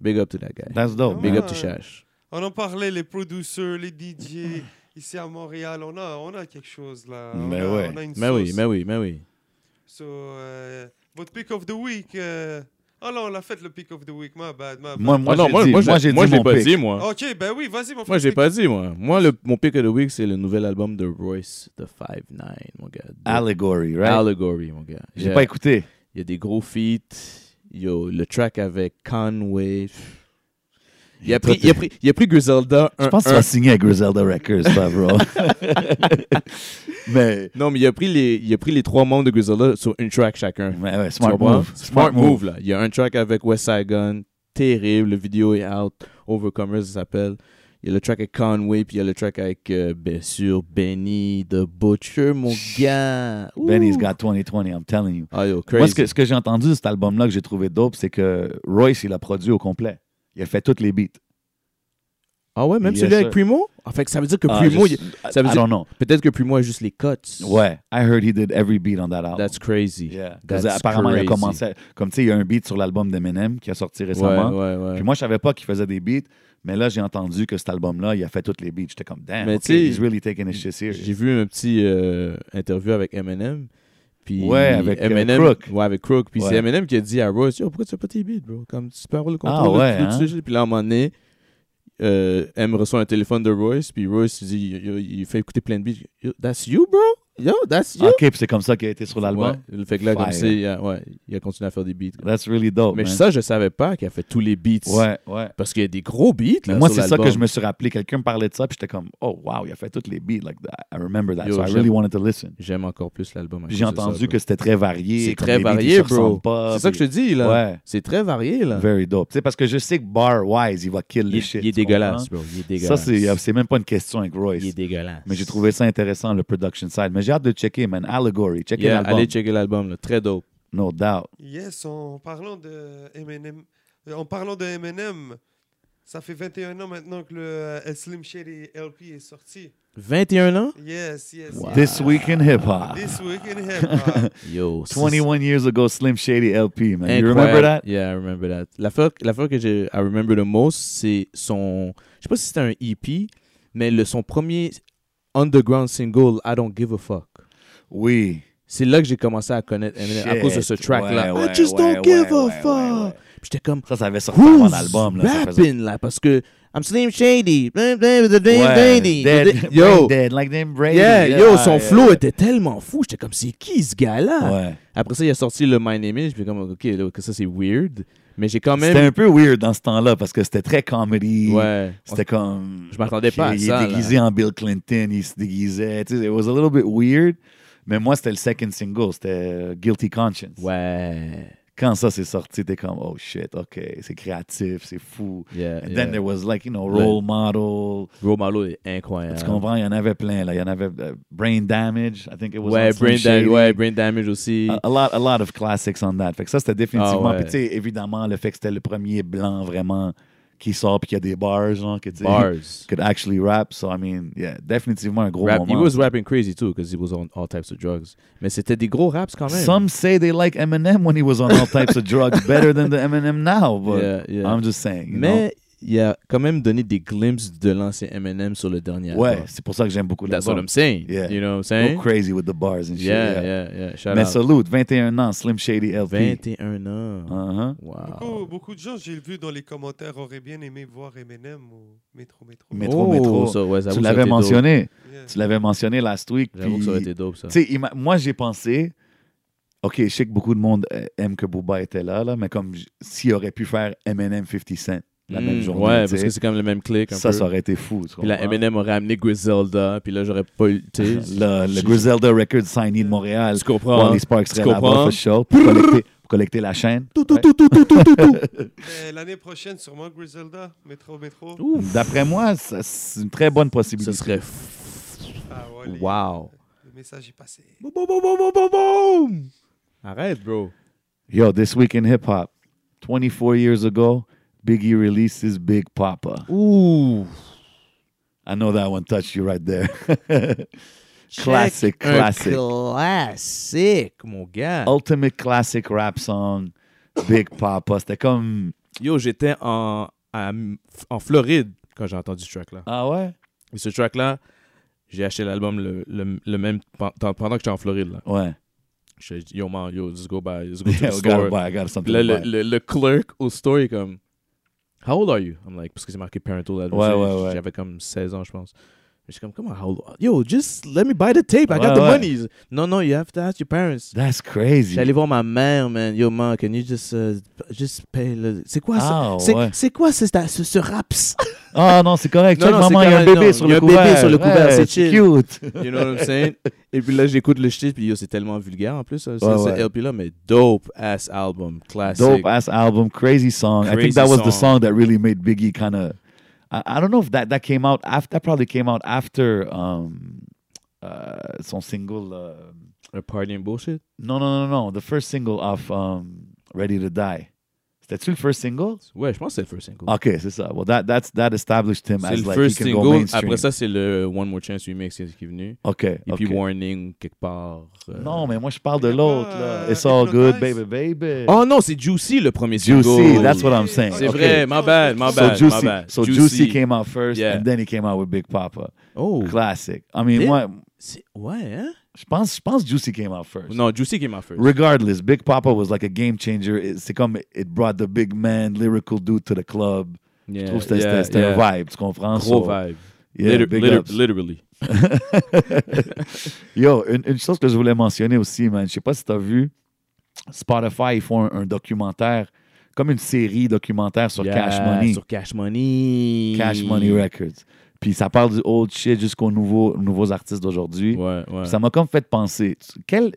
Speaker 2: Big up to that guy.
Speaker 3: That's dope,
Speaker 2: Big
Speaker 3: man.
Speaker 2: up to Chach.
Speaker 1: On en parlait, les producers, les DJ, ici à Montréal, on a, on a quelque chose là.
Speaker 3: Mais
Speaker 1: on a,
Speaker 3: ouais.
Speaker 1: On a une
Speaker 2: Mais oui,
Speaker 1: sauce.
Speaker 2: mais oui, mais oui.
Speaker 1: So, euh, votre pick of the week. euh, Ah non, on a fait le pick of the week, my bad, my bad.
Speaker 3: Moi, moi,
Speaker 2: Ah non,
Speaker 3: j'ai dit, moi, j'ai dit
Speaker 2: je l'ai
Speaker 3: mon
Speaker 2: pas
Speaker 3: pick.
Speaker 2: dit, moi.
Speaker 1: ok, ben oui, vas-y, mon frère.
Speaker 2: Moi, j'ai
Speaker 1: pick.
Speaker 2: pas dit, moi. Moi, le, mon pick of the week, c'est le nouvel album de Royce, The 5-9, mon gars. De-
Speaker 3: Allegory, right?
Speaker 2: Allegory, mon gars.
Speaker 3: J'ai
Speaker 2: Yeah.
Speaker 3: pas écouté.
Speaker 2: Il y a des gros feats. Yo, le track avec Conway. Il a pris, il a pris, il a pris Griselda.
Speaker 3: Je
Speaker 2: un-
Speaker 3: pense que
Speaker 2: un-
Speaker 3: ça va signer à Griselda Records, ça, bro. mais,
Speaker 2: Non, mais il a, pris les, il a pris les trois membres de Griselda sur une track chacun.
Speaker 3: mais ouais,
Speaker 2: Tu
Speaker 3: smart
Speaker 2: comprends?
Speaker 3: move.
Speaker 2: Smart, move. là. Il y a un track avec West Saigon, terrible. Le vidéo est out. Overcomers, ça s'appelle. Il y a le track avec Conway, puis il y a le track avec, euh, bien sûr, Benny The Butcher, mon gars. Ouh.
Speaker 3: Benny's got 2020, I'm telling you.
Speaker 2: Ah, yo, crazy.
Speaker 3: Moi, ce que, ce que j'ai entendu de cet album-là que j'ai trouvé dope, c'est que Royce, il l'a produit au complet. Il a fait toutes les beats.
Speaker 2: Ah ouais, même
Speaker 3: Yes,
Speaker 2: celui
Speaker 3: sir.
Speaker 2: avec Primo? En fait, que ça veut dire que
Speaker 3: Ah,
Speaker 2: Primo,
Speaker 3: je-
Speaker 2: il- ça veut
Speaker 3: I
Speaker 2: dire-
Speaker 3: don't know.
Speaker 2: peut-être que Primo a juste les cuts.
Speaker 3: Ouais, I heard he did every beat on that album.
Speaker 2: That's crazy.
Speaker 3: Yeah.
Speaker 2: That's
Speaker 3: Parce que apparemment, il a
Speaker 2: crazy.
Speaker 3: commencé. à- Comme tu sais, il y a un beat sur l'album d'Eminem qui a sorti
Speaker 2: Ouais, ouais,
Speaker 3: récemment.
Speaker 2: ouais.
Speaker 3: Puis moi, je savais pas qu'il faisait des beats, mais là, j'ai entendu que cet album-là, il a fait toutes les beats. J'étais comme, damn,
Speaker 2: Mais
Speaker 3: ok,
Speaker 2: tu sais,
Speaker 3: he's really taking his shit serious.
Speaker 2: J'ai vu un petit euh, interview avec Eminem. Puis
Speaker 3: Ouais, avec, euh,
Speaker 2: Eminem,
Speaker 3: Crook.
Speaker 2: Ouais, avec Crook. Puis
Speaker 3: Ouais.
Speaker 2: c'est Eminem qui a dit à Royce Yo, pourquoi tu fais pas tes beats, bro Comme tu peux avoir le contrôle.
Speaker 3: Ah ouais,
Speaker 2: de tout,
Speaker 3: hein?
Speaker 2: tout ça. Puis là, à un moment donné, euh, M reçoit un téléphone de Royce. Puis Royce il dit Yo, il fait écouter plein de beats. Yo, that's you, bro Yo, that's you.
Speaker 3: Ok, puis c'est comme ça qu'il a été Ah, sur l'album.
Speaker 2: Ouais, le fait que là, comme
Speaker 3: Fire.
Speaker 2: ça, il a, ouais, il a continué à faire des beats.
Speaker 3: That's really dope.
Speaker 2: Mais
Speaker 3: man.
Speaker 2: ça, je savais pas qu'il a fait tous les beats.
Speaker 3: Ouais, ouais.
Speaker 2: Parce qu'il y a des gros beats.
Speaker 3: Mais
Speaker 2: là,
Speaker 3: moi,
Speaker 2: sur
Speaker 3: c'est ça que
Speaker 2: l'album.
Speaker 3: je me suis rappelé. Quelqu'un me parlait de ça, puis j'étais comme, oh, wow, il a fait toutes les beats. Like, I remember that.
Speaker 2: Yo,
Speaker 3: so I
Speaker 2: j'aime.
Speaker 3: really wanted to listen.
Speaker 2: J'aime encore plus l'album. à
Speaker 3: Puis
Speaker 2: cause
Speaker 3: j'ai
Speaker 2: de ça,
Speaker 3: entendu
Speaker 2: bro.
Speaker 3: que c'était très varié.
Speaker 2: c'est
Speaker 3: comme
Speaker 2: très
Speaker 3: les beats, ils
Speaker 2: varié,
Speaker 3: se
Speaker 2: bro.
Speaker 3: ressemblent pas,
Speaker 2: C'est ça que
Speaker 3: puis-
Speaker 2: je te dis, là.
Speaker 3: Ouais.
Speaker 2: C'est très varié, là.
Speaker 3: Very dope. Tu sais, parce que je sais que bar-wise, il va kill
Speaker 2: Il
Speaker 3: le
Speaker 2: est,
Speaker 3: shit.
Speaker 2: il est
Speaker 3: tu
Speaker 2: dégueulasse,
Speaker 3: comprends?
Speaker 2: bro. Il est
Speaker 3: Ça,
Speaker 2: dégueulasse.
Speaker 3: c'est euh, c'est même pas une question avec Royce.
Speaker 2: Il est dégueulasse.
Speaker 3: Mais j'ai trouvé ça intéressant, le production side. Mais j'ai hâte de checker, man. Allegory, checker
Speaker 2: Yeah,
Speaker 3: l'album.
Speaker 2: allez checker l'album, là. Très dope.
Speaker 3: No doubt.
Speaker 1: Yes, en parlant de Eminem, euh, en parlant de Eminem, ça fait 21 ans maintenant que le euh, Slim Shady LP est sorti.
Speaker 2: 21 ans?
Speaker 1: Yes, yes.
Speaker 2: Wow.
Speaker 1: yes.
Speaker 3: This Week in Hip Hop.
Speaker 1: This week in hip hop.
Speaker 2: Yo. c'est-
Speaker 3: 21 years ago, Slim Shady LP, man.
Speaker 2: Incroyable.
Speaker 3: You remember that?
Speaker 2: Yeah, I remember that. L'affaire l'affaire que j'ai I remember the most, c'est son. Je sais pas si c'était un EP, mais le, son premier underground single, I Don't Give a Fuck.
Speaker 3: Oui.
Speaker 2: C'est là que j'ai commencé à connaître Eminem à cause de ce
Speaker 3: Shit.
Speaker 2: track-là.
Speaker 3: Ouais, ouais,
Speaker 2: I just
Speaker 3: ouais,
Speaker 2: don't give
Speaker 3: ouais,
Speaker 2: a
Speaker 3: ouais,
Speaker 2: fuck.
Speaker 3: ouais, ouais.
Speaker 2: Puis j'étais comme,
Speaker 3: Ça, ça avait sorti avant
Speaker 2: Who's
Speaker 3: l'album. Là, ça faisait...
Speaker 2: rapping, là, parce que I'm Slim Shady, blah, blah, blah, blah,
Speaker 3: Ouais,
Speaker 2: Brady.
Speaker 3: dead,
Speaker 2: yo,
Speaker 3: brain dead, like them Brady.
Speaker 2: yeah,
Speaker 3: Yeah,
Speaker 2: yo, son
Speaker 3: yeah.
Speaker 2: flow était Ah. tellement fou, j'étais comme c'est qui ce gars-là
Speaker 3: Ouais.
Speaker 2: Après ça, il a sorti le My Name Is, puis comme ok, là, que ça c'est weird, mais j'ai quand
Speaker 3: C'était
Speaker 2: même,
Speaker 3: un peu weird dans ce temps-là parce que c'était très comedy.
Speaker 2: ouais,
Speaker 3: C'était comme.
Speaker 2: Je m'attendais pas à
Speaker 3: il
Speaker 2: ça,
Speaker 3: Il est déguisé en Bill Clinton, il se déguisait. Tu sais, it was a little bit weird. Mais moi, c'était le second single, c'était euh, Guilty Conscience.
Speaker 2: ouais,
Speaker 3: Quand ça s'est sorti, t'es comme, oh shit, OK, c'est créatif, c'est fou.
Speaker 2: Yeah,
Speaker 3: And
Speaker 2: yeah.
Speaker 3: then there was like, you know, role model.
Speaker 2: Bro, Malo est incroyable.
Speaker 3: Tu comprends? Il y en avait plein, là. Il y en avait euh, Brain Damage, I think it was
Speaker 2: Ouais,
Speaker 3: on Slim
Speaker 2: brain
Speaker 3: Shady. Ah,
Speaker 2: damage, ouais, brain damage aussi.
Speaker 3: A, a lot, a lot of classics on that. Fait que ça, c'était définitivement.
Speaker 2: Ah ouais.
Speaker 3: Puis, tu sais, évidemment, le fait que c'était le premier blanc vraiment qui sort puis qu'il y a des bars, genre, que tu sais,
Speaker 2: Bars.
Speaker 3: could actually rap. So, I mean, yeah, définitivement un gros
Speaker 2: Rap, he
Speaker 3: moment.
Speaker 2: was rapping crazy too, because he was on all types of drugs. Mais c'était des gros raps quand même.
Speaker 3: Some say they like Eminem when he was on all types of drugs better than the Eminem now, but
Speaker 2: Yeah, yeah.
Speaker 3: I'm just saying. you know?
Speaker 2: Mais il a quand même donné des glimpses de l'ancien Eminem sur le dernier
Speaker 3: ouais,
Speaker 2: album.
Speaker 3: c'est pour ça que j'aime beaucoup
Speaker 2: That's what
Speaker 3: l'album.
Speaker 2: I'm saying.
Speaker 3: Yeah.
Speaker 2: You know what I'm
Speaker 3: Go
Speaker 2: saying?
Speaker 3: crazy with the bars and shit.
Speaker 2: yeah,
Speaker 3: yeah.
Speaker 2: yeah, yeah. Shout
Speaker 3: Mais
Speaker 2: out.
Speaker 3: salute, 21 ans, Slim Shady LP.
Speaker 2: 21 ans.
Speaker 3: Uh-huh.
Speaker 1: Beaucoup,
Speaker 2: Wow.
Speaker 1: beaucoup de gens, j'ai vu dans les commentaires, auraient bien aimé voir Eminem au Métro Métro.
Speaker 3: Métro, métro.
Speaker 2: ça, ouais, j'avoue
Speaker 3: tu
Speaker 2: que ça aurait
Speaker 3: l'avais
Speaker 2: été dope.
Speaker 3: mentionné.
Speaker 1: Yeah.
Speaker 3: Tu l'avais mentionné last week.
Speaker 2: J'avoue que ça aurait
Speaker 3: puis-
Speaker 2: été dope, ça.
Speaker 3: Tu sais, ima- moi, j'ai pensé, OK, je sais que beaucoup de monde euh, aime que Booba était là, là mais comme j- s'il aurait pu faire Eminem 50 Cent la
Speaker 2: Mm,
Speaker 3: même journée,
Speaker 2: Ouais,
Speaker 3: tu
Speaker 2: parce
Speaker 3: sais,
Speaker 2: que c'est comme le même clic. Un
Speaker 3: ça,
Speaker 2: peu.
Speaker 3: ça aurait été fou. tu
Speaker 2: Puis là,
Speaker 3: comprends?
Speaker 2: Eminem aurait amené Griselda, puis là, j'aurais pas eu. tu sais,
Speaker 3: Le, le
Speaker 2: j'ai-
Speaker 3: Griselda Records signee de Montréal.
Speaker 2: Tu comprends?
Speaker 3: Wally Sparks
Speaker 2: Tu
Speaker 3: serait là-bas,
Speaker 2: comprends?
Speaker 3: for sure, pour collecter, pour collecter la chaîne. Ouais.
Speaker 1: Mais L'année prochaine, sûrement Griselda, Métro Métro.
Speaker 2: Ouf.
Speaker 3: D'après moi, ça, c'est une très bonne
Speaker 2: Ce
Speaker 3: possibilité.
Speaker 2: serait. f-
Speaker 1: Ah ouais, les-
Speaker 2: Wow.
Speaker 1: Le message est passé.
Speaker 2: Boum, boum, boum, boum, boum, boum. Arrête, bro.
Speaker 3: Yo, this week in hip hop, 24 years ago, Biggie releases Big Papa.
Speaker 2: Ouh.
Speaker 3: I know that one touched you right there. classic,
Speaker 2: Un
Speaker 3: classic.
Speaker 2: Classique, mon gars.
Speaker 3: ultimate classic rap song, Big Papa. C'était comme.
Speaker 2: Yo, j'étais en, à- en Floride quand j'ai entendu ce track-là.
Speaker 3: Ah ouais?
Speaker 2: Et ce track-là, j'ai acheté l'album le, le- le même pen- pendant que j'étais en Floride. Là.
Speaker 3: Ouais.
Speaker 2: Je dis, yo, man, yo, let's go buy, let's go to
Speaker 3: Yeah,
Speaker 2: the
Speaker 3: I gotta
Speaker 2: store.
Speaker 3: buy, I got
Speaker 2: Puis
Speaker 3: something.
Speaker 2: là,
Speaker 3: to
Speaker 2: le,
Speaker 3: buy.
Speaker 2: le, le clerk au store est comme, How old are you? I'm like, parce que c'est marqué parental advisory.
Speaker 3: Ouais, ouais, ouais.
Speaker 2: J'avais comme 16 ans, je pense. Je suis comme, come on, how old? Yo, just let me buy the tape. I got
Speaker 3: Ouais,
Speaker 2: the
Speaker 3: ouais.
Speaker 2: money. Non, non, you have to ask your parents.
Speaker 3: That's crazy.
Speaker 2: J'allais voir ma mère, man. Yo, man, can you just, uh, just pay le... C'est quoi ça?
Speaker 3: Ah
Speaker 2: C'est
Speaker 3: ouais.
Speaker 2: c'est quoi ce, ce, ce raps?
Speaker 3: Ah non, c'est correct.
Speaker 2: Non,
Speaker 3: Check,
Speaker 2: non,
Speaker 3: maman,
Speaker 2: c'est
Speaker 3: il y a un
Speaker 2: correct,
Speaker 3: bébé
Speaker 2: non.
Speaker 3: sur
Speaker 2: Il y a
Speaker 3: le
Speaker 2: un bébé
Speaker 3: couvert.
Speaker 2: sur le couvert,
Speaker 3: Ouais,
Speaker 2: c'est
Speaker 3: cute.
Speaker 2: You know what I'm saying? Et puis là, j'écoute le shit, puis yo, c'est tellement vulgaire en plus, ça, ça,
Speaker 3: Ouais,
Speaker 2: ce
Speaker 3: ouais.
Speaker 2: LP là, mais dope ass album, classique.
Speaker 3: Dope ass album, crazy song. I think
Speaker 2: Crazy
Speaker 3: that was the
Speaker 2: song.
Speaker 3: song that really made Biggie kind of. I, I don't know if that, that came out after. That probably came out after um, uh, son single. Uh,
Speaker 2: A party and bullshit.
Speaker 3: no, no, no, no. The first single off um, Ready to Die. C'était-tu le first single?
Speaker 2: Ouais, je pense que c'est le first single.
Speaker 3: Ok, c'est ça. Well, that, that's, that established him
Speaker 2: c'est
Speaker 3: Ah, as
Speaker 2: le
Speaker 3: like
Speaker 2: first
Speaker 3: he can go
Speaker 2: single.
Speaker 3: mainstream.
Speaker 2: Après ça, c'est le One More Chance remix qui est venu.
Speaker 3: ok,
Speaker 2: Et
Speaker 3: ok.
Speaker 2: puis Warning quelque part. euh. Ah,
Speaker 3: non, mais moi je parle de
Speaker 1: Y a
Speaker 3: l'autre.
Speaker 1: pas,
Speaker 3: là.
Speaker 1: euh,
Speaker 3: It's all good,
Speaker 1: Hypnotize?
Speaker 3: baby, baby.
Speaker 2: Oh non, c'est Juicy le premier
Speaker 3: Juicy,
Speaker 1: Oh,
Speaker 2: single.
Speaker 3: that's what I'm saying.
Speaker 2: C'est
Speaker 3: Ok.
Speaker 2: vrai, my bad, my
Speaker 1: So
Speaker 2: bad,
Speaker 3: so
Speaker 2: my
Speaker 3: juicy,
Speaker 2: bad.
Speaker 3: so juicy came out first,
Speaker 2: Yeah.
Speaker 3: and then he came out with Big Papa.
Speaker 2: Oh,
Speaker 3: Classic. I mean,
Speaker 2: Did-
Speaker 3: moi,
Speaker 2: c'est- ouais, hein?
Speaker 3: je pense, je pense Juicy came out first.
Speaker 2: Non, Juicy came out first.
Speaker 3: Regardless, Big Papa was like a game changer. It- C'est comme it brought the big man, lyrical dude to the club.
Speaker 2: Yeah,
Speaker 3: Je trouve que c'était
Speaker 2: yeah,
Speaker 3: c'était- c'était
Speaker 2: yeah.
Speaker 3: un vibe, tu comprends?
Speaker 2: Gros
Speaker 3: So,
Speaker 2: vibe.
Speaker 3: yeah,
Speaker 2: Liter-
Speaker 3: big
Speaker 2: liter-
Speaker 3: ups.
Speaker 2: literally.
Speaker 3: Yo, une, une chose que je voulais mentionner aussi, man, je sais pas si t'as vu, Spotify, ils font un, un documentaire, comme une série documentaire sur
Speaker 2: Yeah,
Speaker 3: Cash Money,
Speaker 2: Sur Cash Money.
Speaker 3: Cash Money Records. Puis ça parle du old shit jusqu'aux nouveaux, nouveaux artistes d'aujourd'hui.
Speaker 2: Ouais, ouais.
Speaker 3: Puis Ça m'a comme fait penser, tu, quel...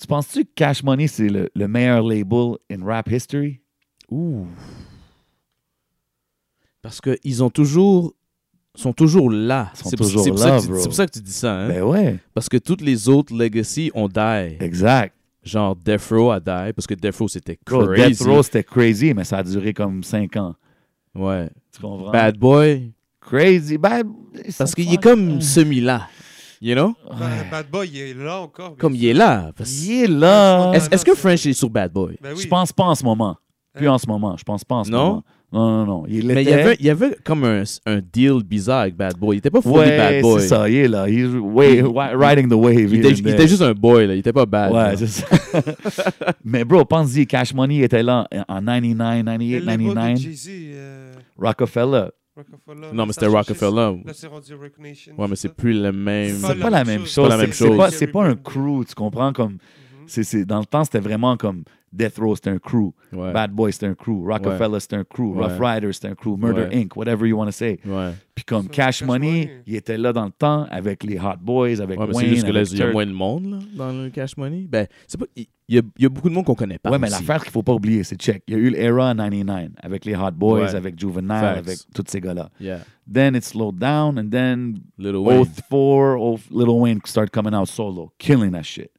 Speaker 3: Tu penses-tu que Cash Money, c'est le, le meilleur label in rap history?
Speaker 2: Ouh. Parce qu'ils ont toujours. sont toujours là.
Speaker 3: Sont
Speaker 2: C'est pour-
Speaker 3: toujours
Speaker 2: c'est pour
Speaker 3: là,
Speaker 2: ça que tu-
Speaker 3: bro.
Speaker 2: C'est pour ça que tu dis ça, hein?
Speaker 3: Ben ouais,
Speaker 2: Parce que toutes les autres legacy ont die.
Speaker 3: exact.
Speaker 2: Genre Death Row a die, parce que Death Row c'était
Speaker 3: Bro,
Speaker 2: crazy.
Speaker 3: Death Row, c'était crazy, mais ça a duré comme 5 ans.
Speaker 2: Ouais.
Speaker 3: Tu comprends?
Speaker 2: Bad Boy.
Speaker 3: Crazy, bad.
Speaker 2: Parce qu'il est comme semi-là. You know?
Speaker 1: Ba- Bad Boy, il est là encore. bien
Speaker 2: Comme
Speaker 1: sûr.
Speaker 2: il est là. parce-
Speaker 3: Il est là.
Speaker 1: Ah,
Speaker 2: Est-ce est-ce
Speaker 1: non,
Speaker 2: que French est sur Bad Boy?
Speaker 1: Ben oui.
Speaker 3: Je pense pas en ce moment. Plus
Speaker 1: Hein?
Speaker 3: en ce moment. Je pense pas en ce
Speaker 2: Non?
Speaker 3: moment. Non, non, non. Il
Speaker 2: Mais il y,
Speaker 3: l'était.
Speaker 2: avait, il y avait comme un, un deal bizarre avec Bad Boy. Il était pas fou
Speaker 3: Ouais,
Speaker 2: Bad Boy.
Speaker 3: c'est ça. Il est là. He's way, wi- riding the wave.
Speaker 2: Il
Speaker 3: here
Speaker 2: était,
Speaker 3: and
Speaker 2: il
Speaker 3: there.
Speaker 2: était juste un boy, là. Il était pas bad.
Speaker 3: Ouais,
Speaker 2: là.
Speaker 3: c'est ça. Mais bro, pense-y, Cash Money était là en 99,
Speaker 1: Et
Speaker 3: 98,
Speaker 1: le label de
Speaker 3: 99.
Speaker 1: Jay-Z, euh,
Speaker 3: Rockefeller.
Speaker 1: Rockefeller,
Speaker 2: non, mais c'était
Speaker 1: ça a changé.
Speaker 2: Rockefeller.
Speaker 1: Là, c'est rendu Rock Nation.
Speaker 2: Ouais, mais
Speaker 1: c'est
Speaker 2: c'est
Speaker 1: ça.
Speaker 2: plus le même.
Speaker 1: C'est
Speaker 3: C'est pas la même
Speaker 2: Pas
Speaker 3: chose.
Speaker 2: la même
Speaker 3: C'est- c'est
Speaker 2: chose.
Speaker 3: pas- C'est pas un crew, tu comprends? Comme
Speaker 1: Mhm.
Speaker 3: c'est c'est- dans le temps, c'était vraiment comme Death Row, c'est un crew.
Speaker 2: Ouais.
Speaker 3: Bad Boy, c'est un crew. Rockefeller, c'est un crew.
Speaker 2: Ouais.
Speaker 3: Rough Rider, c'est un crew. Murder
Speaker 2: Ouais.
Speaker 3: Inc., whatever you want to say.
Speaker 2: Ouais.
Speaker 3: Puis comme
Speaker 1: Ça,
Speaker 3: Cash,
Speaker 1: Cash
Speaker 3: Money,
Speaker 1: Money.
Speaker 3: il était là dans le temps avec les Hot Boys, avec
Speaker 2: Ouais, mais c'est
Speaker 3: Wayne.
Speaker 2: juste que là,
Speaker 3: avec
Speaker 2: il y a
Speaker 3: Turk.
Speaker 2: moins de monde là, dans le cash money. Ben, c'est pas. Il il y, a, il y a beaucoup de monde qu'on connaît pas.
Speaker 3: Ouais, mais
Speaker 2: aussi.
Speaker 3: l'affaire qu'il faut pas oublier, c'est check. Il y a eu l'Era 99 avec les Hot Boys,
Speaker 2: Ouais.
Speaker 3: avec Juvenile,
Speaker 2: Facts.
Speaker 3: avec tous ces gars-là.
Speaker 2: Yeah.
Speaker 3: Then it slowed down, and then
Speaker 2: Little Wayne.
Speaker 3: 04, oh, Little Wayne started coming out solo, killing that shit.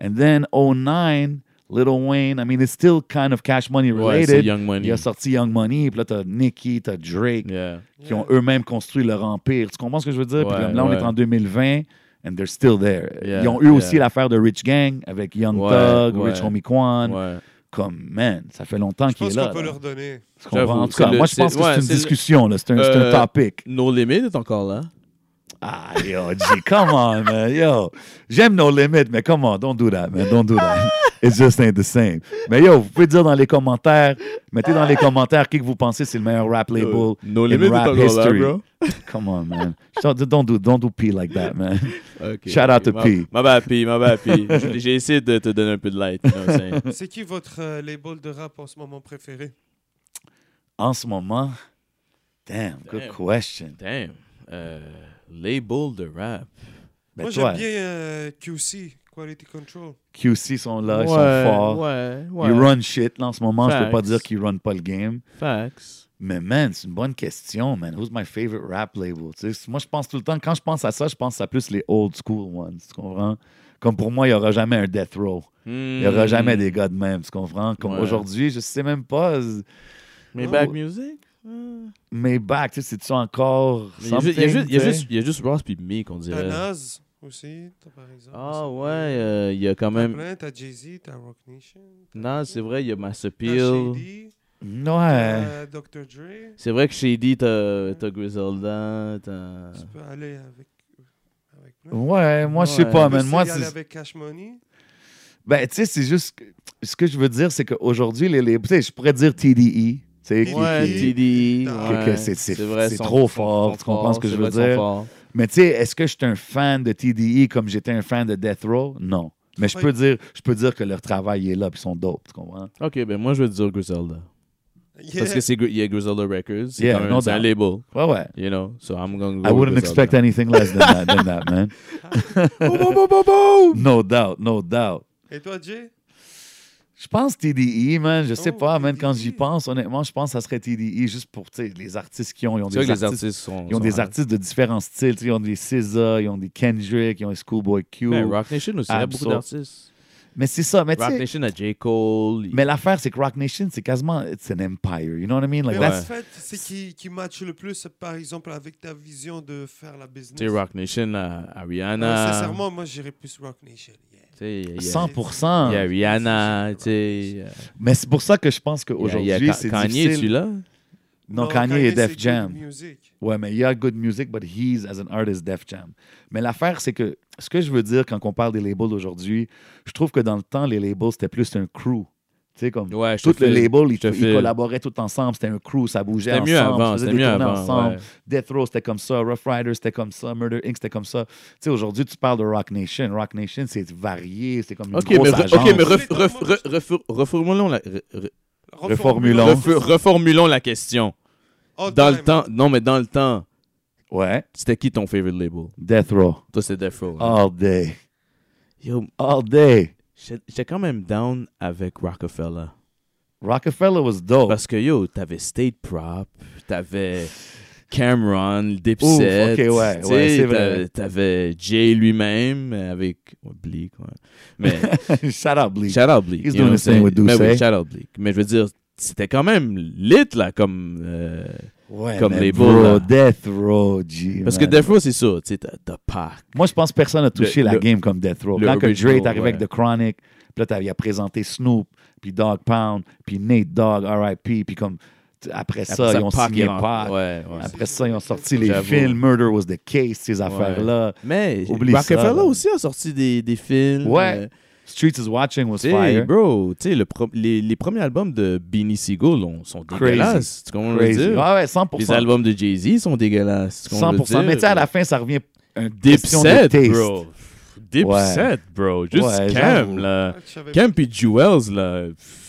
Speaker 3: And then 09, Little Wayne, I mean, it's still kind of Cash Money
Speaker 2: Ouais, c'est
Speaker 3: related.
Speaker 2: Young Money.
Speaker 3: Il a sorti Young Money, puis là, t'as Nicki, t'as Drake,
Speaker 2: Yeah.
Speaker 3: qui ont eux-mêmes construit leur empire. Tu comprends ce que je veux dire? Puis
Speaker 2: Ouais,
Speaker 3: là, on est
Speaker 2: ouais.
Speaker 3: en 2020, and they're still there.
Speaker 2: Yeah,
Speaker 3: Ils ont eu aussi
Speaker 2: yeah.
Speaker 3: l'affaire de Rich Gang avec Young
Speaker 2: Ouais,
Speaker 3: Thug,
Speaker 2: ouais.
Speaker 3: Rich Homie Quan.
Speaker 2: Ouais.
Speaker 3: Comme, man, ça fait longtemps
Speaker 1: Je
Speaker 3: qu'il est
Speaker 1: pense
Speaker 3: là.
Speaker 1: qu'on peut
Speaker 3: là.
Speaker 1: leur donner.
Speaker 3: Tu comprends? En
Speaker 2: J'avoue,
Speaker 3: tout cas,
Speaker 2: c'est le-
Speaker 3: moi, je pense
Speaker 2: c'est-
Speaker 3: que c'est
Speaker 2: ouais,
Speaker 3: une
Speaker 2: c'est le-
Speaker 3: discussion, là. c'est un, c'est un
Speaker 2: Euh,
Speaker 3: topic.
Speaker 2: No Limit est encore là.
Speaker 3: Ah, yo, G, come on, man. Yo, j'aime nos limites, mais come on, don't do that, man. Don't do that. It's just ain't the same. Mais yo, vous pouvez dire dans les commentaires, mettez dans les commentaires qui que vous pensez c'est le meilleur rap label
Speaker 2: No- No
Speaker 3: in
Speaker 2: Limit est
Speaker 3: rap
Speaker 2: encore là,
Speaker 3: history.
Speaker 2: bro.
Speaker 3: Come on, man. Don't do, don't do, don't do pee like that, man.
Speaker 2: Ok,
Speaker 3: Shout out
Speaker 2: ok.
Speaker 3: to
Speaker 2: Ma-
Speaker 3: P.
Speaker 2: Ma bad, P. Ma bad, P. J'ai- J'ai essayé de te donner un peu de light. you know what I'm saying?
Speaker 1: C'est qui votre euh, label de rap en ce moment préféré
Speaker 3: En ce moment, damn, good
Speaker 2: Damn.
Speaker 3: question.
Speaker 2: Damn. Euh, label de rap.
Speaker 3: Ben
Speaker 1: Moi,
Speaker 3: toi,
Speaker 1: j'aime bien euh, QC, Quality Control.
Speaker 3: QC sont là, ils sont forts.
Speaker 2: Ouais,
Speaker 3: Ils run shit, là, en ce moment. Je peux pas
Speaker 2: Facts.
Speaker 3: dire qu'ils run pas le game.
Speaker 2: Facts.
Speaker 3: Mais man, c'est une bonne question, man. Who's my favorite rap label? Tu sais, moi, je pense tout le temps, quand je pense à ça, je pense à plus les old school ones, tu comprends? Comme pour moi, il n'y aura jamais un death row.
Speaker 2: Hmm.
Speaker 3: Il n'y aura jamais des gars de même, tu comprends? Comme
Speaker 2: Mm. Ouais.
Speaker 3: aujourd'hui, je sais même pas. z-
Speaker 2: Mais
Speaker 3: Oh.
Speaker 2: back music? Euh,
Speaker 3: Mais back, tu sais, c'est-tu encore.
Speaker 2: mais Il y a juste- il y a juste-
Speaker 3: something,
Speaker 2: il y a
Speaker 3: tu sais?
Speaker 2: juste- il y a juste Ross puis Meek, on dirait.
Speaker 1: T'as Nas aussi, t'as par exemple.
Speaker 2: Ah ouais, euh, il y a quand
Speaker 1: T'as
Speaker 2: même.
Speaker 1: plein, t'as Jay-Z, t'as Rock Nation. t'as-
Speaker 2: Non, c'est vrai, il y a Master
Speaker 1: T'as
Speaker 2: Peel.
Speaker 1: Shady,
Speaker 3: Ouais.
Speaker 1: t'as Dr. Dre.
Speaker 2: C'est vrai que Shady, t'as t'as Griselda, t'as.
Speaker 1: Tu peux aller avec, avec plein.
Speaker 3: Ouais, moi, je sais
Speaker 2: Ouais.
Speaker 3: pas,
Speaker 1: Tu peux
Speaker 3: man.
Speaker 1: aussi
Speaker 3: Moi,
Speaker 1: y aller
Speaker 3: c'est.
Speaker 1: avec Cash Money.
Speaker 3: Ben, tu sais, c'est juste. que- Ce que je veux dire, c'est qu'aujourd'hui, les, les- tu sais, je pourrais dire TDE. tu sais, qui-
Speaker 2: Ouais, E.
Speaker 3: qui-
Speaker 2: TD.
Speaker 1: Que-
Speaker 3: que
Speaker 2: ouais.
Speaker 3: c'est- c'est-
Speaker 2: vrai,
Speaker 3: c'est
Speaker 2: sont-
Speaker 3: trop
Speaker 2: sont-
Speaker 3: fort,
Speaker 2: sont
Speaker 3: tu comprends ce
Speaker 2: forts,
Speaker 3: que je
Speaker 2: c'est
Speaker 3: veux
Speaker 2: vrai, sont
Speaker 3: dire?
Speaker 2: forts.
Speaker 3: Mais tu sais, est-ce que je suis un fan de TDE comme j'étais un fan de Death Row? Non. Mais je
Speaker 1: Ouais.
Speaker 3: peux dire, je peux dire que leur travail est là, puis ils sont dope, tu comprends?
Speaker 2: Ok, ben moi je vais te dire Griselda.
Speaker 1: Yeah.
Speaker 2: Parce que c'est Gri- il y a Griselda Records. C'est
Speaker 3: Yeah,
Speaker 2: quand même-
Speaker 3: no
Speaker 2: c'est un
Speaker 3: doubt.
Speaker 2: label.
Speaker 3: Ouais, ouais.
Speaker 2: You know, so I'm gonna go
Speaker 3: I
Speaker 2: with
Speaker 3: wouldn't
Speaker 2: Griselda.
Speaker 3: expect anything less than that, than that, man. No doubt, no doubt.
Speaker 1: Et toi, Jay
Speaker 3: Je pense TDE, man. Je sais
Speaker 1: Oh,
Speaker 3: pas, man. Quand
Speaker 1: TDE.
Speaker 3: j'y pense, honnêtement, je pense que ça serait TDE juste pour tu sais, les artistes qui ont. Ils ont
Speaker 2: C'est vrai
Speaker 3: des
Speaker 2: que les
Speaker 3: artistes,
Speaker 2: artistes sont.
Speaker 3: ils ont
Speaker 2: sont euh, hard.
Speaker 3: des artistes de différents styles. tu sais, Ils ont des SZA, ils ont des Kendrick, ils ont des Schoolboy Q.
Speaker 2: Ben, Rock Nation aussi, il y a beaucoup
Speaker 3: Abso-
Speaker 2: d'artistes.
Speaker 3: mais c'est ça. Mais tu
Speaker 2: Rock
Speaker 3: sais,
Speaker 2: Nation a J. Cole.
Speaker 3: mais l'affaire, c'est que Rock Nation, c'est quasiment. It's an empire. You know what I mean? Like,
Speaker 1: Mais
Speaker 3: that's
Speaker 1: en fait, c'est qui, qui match le plus, par exemple, avec ta vision de faire la business.
Speaker 2: Tu sais, Rock Nation a a
Speaker 1: Euh,
Speaker 2: Rihanna.
Speaker 1: sincèrement, moi, j'irais plus Rock Nation. yeah.
Speaker 2: Tu sais, il y a- il y a-
Speaker 3: 100%.
Speaker 2: il y a Rihanna, tu sais. il y a-
Speaker 3: Mais c'est pour ça que je pense
Speaker 2: il y a
Speaker 3: qu'aujourd'hui,
Speaker 2: Ka-
Speaker 3: c'est
Speaker 2: Kanye,
Speaker 3: difficile.
Speaker 2: tu là?
Speaker 3: Non, Kanye est Def
Speaker 1: c'est
Speaker 3: Jam.
Speaker 1: good music.
Speaker 3: Ouais, mais il y a good music, but he's as an artist Def Jam. Mais l'affaire, c'est que ce que je veux dire quand on parle des labels aujourd'hui, je trouve que dans le temps, les labels, c'était plus un crew. Tu sais, comme
Speaker 2: Ouais, je
Speaker 3: tout
Speaker 2: te
Speaker 3: le
Speaker 2: file.
Speaker 3: label, ils,
Speaker 2: Je te
Speaker 3: ils
Speaker 2: file.
Speaker 3: collaboraient tout ensemble. C'était un crew, ça bougeait
Speaker 2: C'était
Speaker 3: ensemble.
Speaker 2: mieux avant,
Speaker 3: ils faisaient
Speaker 2: c'était
Speaker 3: des
Speaker 2: mieux
Speaker 3: tournées
Speaker 2: avant. ouais.
Speaker 3: Death Row, c'était comme ça. Rough Riders, c'était comme ça. Murder Inc., c'était comme ça. Tu sais, aujourd'hui, tu parles de Rock Nation. Rock Nation, c'est varié. C'est comme une
Speaker 2: Ok, mais,
Speaker 3: grosse
Speaker 2: re-
Speaker 3: agence.
Speaker 2: ok, mais ref- ref- ref- ref- reformulons, la, re- re-
Speaker 3: Reformulons. Non.
Speaker 2: refu- reformulons la question.
Speaker 1: All
Speaker 2: Dans le
Speaker 1: time.
Speaker 2: temps, non, mais dans le temps,
Speaker 3: Ouais.
Speaker 2: c'était qui ton favorite label?
Speaker 3: Death Row.
Speaker 2: Toi, c'était Death Row. hein?
Speaker 3: All day.
Speaker 2: Yo,
Speaker 3: All day.
Speaker 2: j'étais j'étais quand même down avec Rockefeller.
Speaker 3: Rockefeller was dope.
Speaker 2: Parce que yo, t'avais State Prop, t'avais Cameron,
Speaker 3: Ouf,
Speaker 2: Dipset.
Speaker 3: ok, ouais,
Speaker 2: tu
Speaker 3: ouais,
Speaker 2: sais,
Speaker 3: c'est vrai.
Speaker 2: t'avais- T'avais Jay lui-même avec ouais, Bleak, ouais. Mais
Speaker 3: Shut up, Lee.
Speaker 2: shout out Bleak.
Speaker 3: He's
Speaker 2: you know what
Speaker 3: doing the
Speaker 2: I'm
Speaker 3: same
Speaker 2: saying?
Speaker 3: with
Speaker 2: Mais oui,
Speaker 3: Ducey.
Speaker 2: shout out Bleak. Mais je veux dire, c'était quand même lit là comme. euh,
Speaker 3: Ouais,
Speaker 2: Comme
Speaker 3: mais
Speaker 2: les
Speaker 3: bro,
Speaker 2: boules, là.
Speaker 3: Death Row, G.
Speaker 2: parce que
Speaker 3: man.
Speaker 2: Death Row, c'est ça, tu sais, t'as t'as Pac.
Speaker 3: Moi, je pense que personne n'a touché
Speaker 2: Le-
Speaker 3: la
Speaker 2: le-
Speaker 3: game comme Death Row.
Speaker 2: le
Speaker 3: Quand que Dre
Speaker 2: original,
Speaker 3: est arrivé avec
Speaker 2: ouais.
Speaker 3: The Chronic, puis là, t'as- il a présenté Snoop, puis Dog Pound, puis Nate Dogg, R.I.P., puis comme... t- Après ça,
Speaker 2: Après
Speaker 3: ils ont
Speaker 2: Pac,
Speaker 3: signé
Speaker 2: il rentre.
Speaker 3: Pac.
Speaker 2: Ouais, ouais.
Speaker 3: Après ça, ils ont sorti les
Speaker 2: J'avoue.
Speaker 3: films Murder Was the Case, ces affaires-là.
Speaker 2: Mais
Speaker 3: Oublie ça,
Speaker 2: Rockefeller
Speaker 3: là.
Speaker 2: aussi a sorti des, des films.
Speaker 3: Ouais.
Speaker 2: euh,
Speaker 3: Streets is Watching was
Speaker 2: Tu sais,
Speaker 3: fire.
Speaker 2: bro, tu sais, le pro- les, les premiers albums de Beanie Siegel on- sont dégueulasses. Tu comprends ce que je veux
Speaker 3: Crazy.
Speaker 2: dire?
Speaker 3: Ah ouais, 100%.
Speaker 2: Les albums de Jay-Z sont dégueulasses. Tu comprends ce que je veux
Speaker 3: 100%. Mais tu sais,
Speaker 2: dire?
Speaker 3: à la fin, ça revient à une euh, question de
Speaker 2: Dipset,
Speaker 3: taste.
Speaker 2: bro. Dipset, bro. Juste
Speaker 3: Ouais,
Speaker 2: Cam,
Speaker 3: j'avoue.
Speaker 2: là.
Speaker 1: Ah, je savais
Speaker 2: Cam et Jewels, là, pff,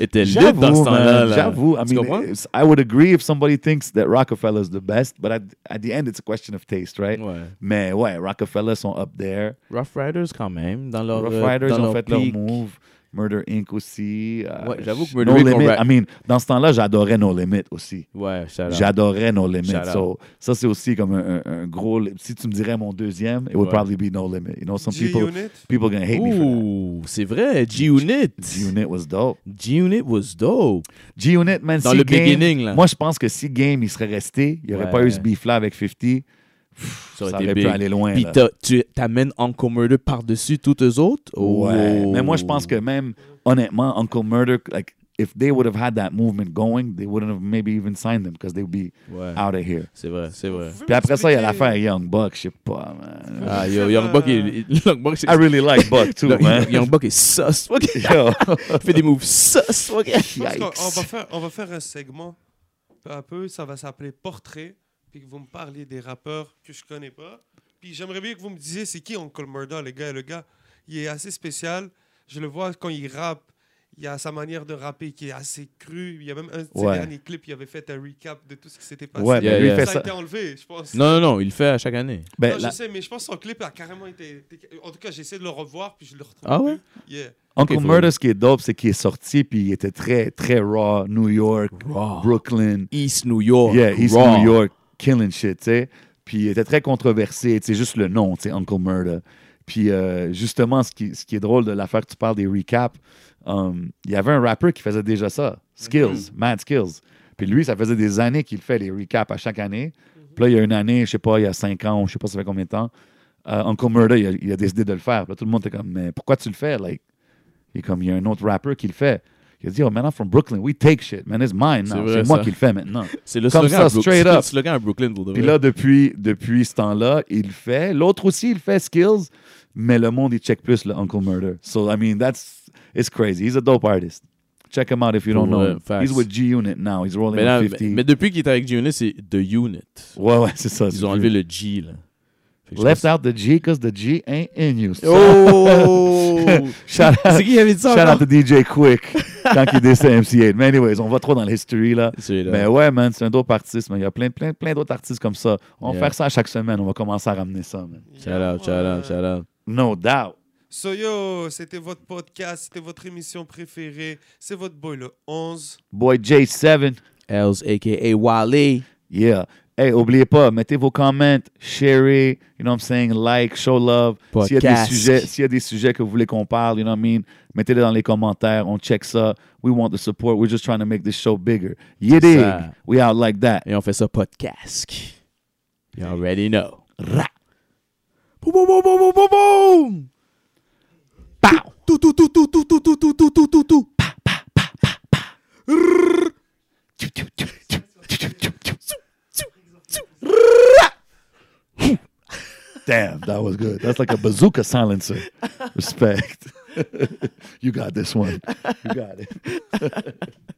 Speaker 2: étaient lit
Speaker 3: J'avoue,
Speaker 2: dans ce temps-là.
Speaker 3: man,
Speaker 2: là.
Speaker 3: j'avoue. I
Speaker 2: Tu
Speaker 3: mean,
Speaker 2: comprends?
Speaker 3: it's- I would agree if somebody thinks that Rockefeller's the best, but at, at the end, it's a question of taste, right?
Speaker 2: Ouais.
Speaker 3: Mais ouais, Rockefeller sont up there.
Speaker 2: Rough Riders, quand même, dans leur.
Speaker 3: Rough
Speaker 2: euh,
Speaker 3: Riders
Speaker 2: dans
Speaker 3: ont
Speaker 2: leur
Speaker 3: fait
Speaker 2: peak.
Speaker 3: leur move. Murder Inc. aussi. euh,
Speaker 2: Ouais, j'avoue que
Speaker 3: sh-
Speaker 2: Murder
Speaker 3: no
Speaker 2: Inc. on
Speaker 3: Limit.
Speaker 2: ra-
Speaker 3: I mean, dans ce temps-là, j'adorais No Limit aussi.
Speaker 2: Ouais, shout out.
Speaker 3: J'adorais No Limit.
Speaker 2: Shout out.
Speaker 3: So, ça, c'est aussi comme un, un- un gros. Si tu me dirais mon deuxième, it would
Speaker 2: Ouais.
Speaker 3: probably be No Limit. You know, some people,
Speaker 1: G-Unit.
Speaker 3: people gonna hate me for
Speaker 2: Ouh, c'est vrai, G-Unit.
Speaker 3: that. G-Unit was dope.
Speaker 2: G-Unit was dope.
Speaker 3: G-Unit, man,
Speaker 2: Dans
Speaker 3: si
Speaker 2: le
Speaker 3: Game-
Speaker 2: beginning, là.
Speaker 3: Moi, je pense que si Game, il serait resté, il n'y aurait
Speaker 2: Ouais.
Speaker 3: pas eu ce beef-là avec 50.
Speaker 2: Ça
Speaker 3: Ça
Speaker 2: aurait
Speaker 3: aurait
Speaker 2: été
Speaker 3: pu
Speaker 2: big.
Speaker 3: aller loin.
Speaker 2: Puis
Speaker 3: là.
Speaker 2: t'as- tu t'amènes Uncle Murder par-dessus toutes les autres?
Speaker 3: Ouais.
Speaker 2: Oh.
Speaker 3: Mais moi, je pense que même, honnêtement, Uncle Murder, like, if they would have had that movement going, they wouldn't have maybe even signed them because they would be
Speaker 2: Ouais,
Speaker 3: out of here.
Speaker 2: c'est vrai, c'est vrai.
Speaker 1: Vous pouvez
Speaker 3: Puis après ça, il y a l'affaire
Speaker 1: m'expliquer-
Speaker 3: Young Buck, je sais pas, man.
Speaker 2: Ah, yo, Young Buck, il- il- Young Buck, c'est-
Speaker 3: I really like Buck too,
Speaker 2: Young-
Speaker 3: man.
Speaker 2: Young Buck est sus. fuck.
Speaker 3: Yo.
Speaker 2: Il fait des moves sus. fuck.
Speaker 1: Je pense qu'on- On va,
Speaker 3: Yikes.
Speaker 1: faire, on va faire un segment peu à peu, ça va s'appeler Portrait, puis que vous me parliez des rappeurs que je connais pas. Puis j'aimerais bien que vous me disiez c'est qui Uncle Murda, le gars. Le gars, il est assez spécial. Je le vois quand il rappe, il a sa manière de rapper qui est assez crue. Il y a même un de ses
Speaker 3: Ouais.
Speaker 1: derniers clips, il avait fait un recap de tout ce qui s'était passé.
Speaker 3: Ouais,
Speaker 2: Yeah,
Speaker 3: mais lui,
Speaker 2: yeah.
Speaker 3: il fait
Speaker 1: ça a
Speaker 3: ça.
Speaker 1: été enlevé, je pense.
Speaker 2: Non, non, non, il le fait à chaque année.
Speaker 1: Non,
Speaker 3: Ben,
Speaker 1: je
Speaker 3: la-
Speaker 1: sais, mais je pense que son clip a carrément été. été- En tout cas, j'essaie de le revoir, puis je le retrouve.
Speaker 2: Ah ouais?
Speaker 1: plus. Yeah.
Speaker 3: Uncle
Speaker 2: faut-
Speaker 3: Murder, ce qui est dope, c'est qu'il est sorti, puis il était très, très raw. New York,
Speaker 2: Raw.
Speaker 3: Brooklyn.
Speaker 2: East New York.
Speaker 3: Yeah, East
Speaker 2: raw.
Speaker 3: New York, killing shit, tu sais. Puis il était très controversé, tu sais, juste le nom, tu sais, Uncle Murder. Puis euh, justement, ce qui, ce qui est drôle de l'affaire que tu parles des recaps, um, il y avait un rappeur qui faisait déjà ça,
Speaker 2: Mm-hmm.
Speaker 3: Skills, Mad Skills. Puis lui, ça faisait des années qu'il fait les recaps à chaque année. Puis là, il y a une année, je sais pas, il y a cinq ans, ou je sais pas ça fait combien de temps, euh, Uncle Murder, il a, il a décidé de le faire. Puis là, tout le monde était comme, mais pourquoi tu le fais? Like, il est comme, il y a un autre rappeur qui le fait. Il a dit, oh, man, I'm from Brooklyn, we take shit, man, it's mine
Speaker 2: C'est
Speaker 3: now.
Speaker 2: vrai,
Speaker 3: C'est moi
Speaker 2: ça.
Speaker 3: qui le fais maintenant.
Speaker 2: C'est le
Speaker 3: Comme
Speaker 2: slogan
Speaker 3: ça,
Speaker 2: à Brook-
Speaker 3: straight
Speaker 2: c'est le
Speaker 3: up.
Speaker 2: slogan à Brooklyn, pour de
Speaker 3: Puis
Speaker 2: vrai.
Speaker 3: là, depuis, depuis ce temps-là, il fait. L'autre aussi, il fait Skills, mais le monde, il check plus le Uncle Murder. So, I mean, that's... It's crazy. He's a dope artist. Check him out if you don't
Speaker 2: Pour
Speaker 3: know
Speaker 2: vrai,
Speaker 3: him.
Speaker 2: facts.
Speaker 3: He's with G-Unit now. He's rolling
Speaker 2: mais, là,
Speaker 3: with
Speaker 2: mais,
Speaker 3: 50.
Speaker 2: mais depuis qu'il est avec G-Unit, c'est The Unit.
Speaker 3: Ouais, ouais, c'est ça. c'est
Speaker 2: Ils ont
Speaker 3: lui.
Speaker 2: enlevé le G, là. Fait que je
Speaker 3: Left out the G, cause the G ain't in you.
Speaker 2: pense- Oh!
Speaker 3: Shout out,
Speaker 2: c'est qui qui avait dit ça
Speaker 3: shout out
Speaker 2: encore?
Speaker 3: to DJ Quick quand il décède MC8. Mais anyways, on va trop dans l'history, là.
Speaker 2: C'est là.
Speaker 3: Mais ouais, man, c'est un dope artiste. Mais il y a plein, plein, plein d'autres artistes comme ça. On va
Speaker 2: Yeah.
Speaker 3: faire ça à chaque semaine. On va commencer à ramener ça, man.
Speaker 2: Shout out, shout out, shout out.
Speaker 3: No doubt.
Speaker 1: Soyo, c'était votre podcast, c'était votre émission préférée. C'est votre boy le 11.
Speaker 3: Boy J7.
Speaker 2: Els, a.k.a. Wally.
Speaker 3: Yeah. Hey, oubliez pas, mettez vos comments, sharez, you know what I'm saying, like, show love. S'il y, a des
Speaker 2: Podcast.
Speaker 3: sujets, s'il y a des sujets que vous voulez qu'on parle, you know what I mean, mettez-les dans les commentaires, on check ça. We want the support, we're just trying to make this show bigger. You dig?
Speaker 2: Ça.
Speaker 3: We out like that.
Speaker 2: Et on fait ça podcast. You already know. Ra. Boum, boum, boum, boum, boum, boum, boum. Pow. Tout, tout, tout, tout, tout, tout, tout, tout, tout, tout, tout, tout. Pa, pa, pa, pa, pa. Rrrr. Tchou, tchou, tchou, tchou, tchou, tchou, tchou, tchou. Tchou, tchou, tchou. Rrrr.
Speaker 3: Damn, that was good. That's like a bazooka silencer. Respect. you got this one. You got it.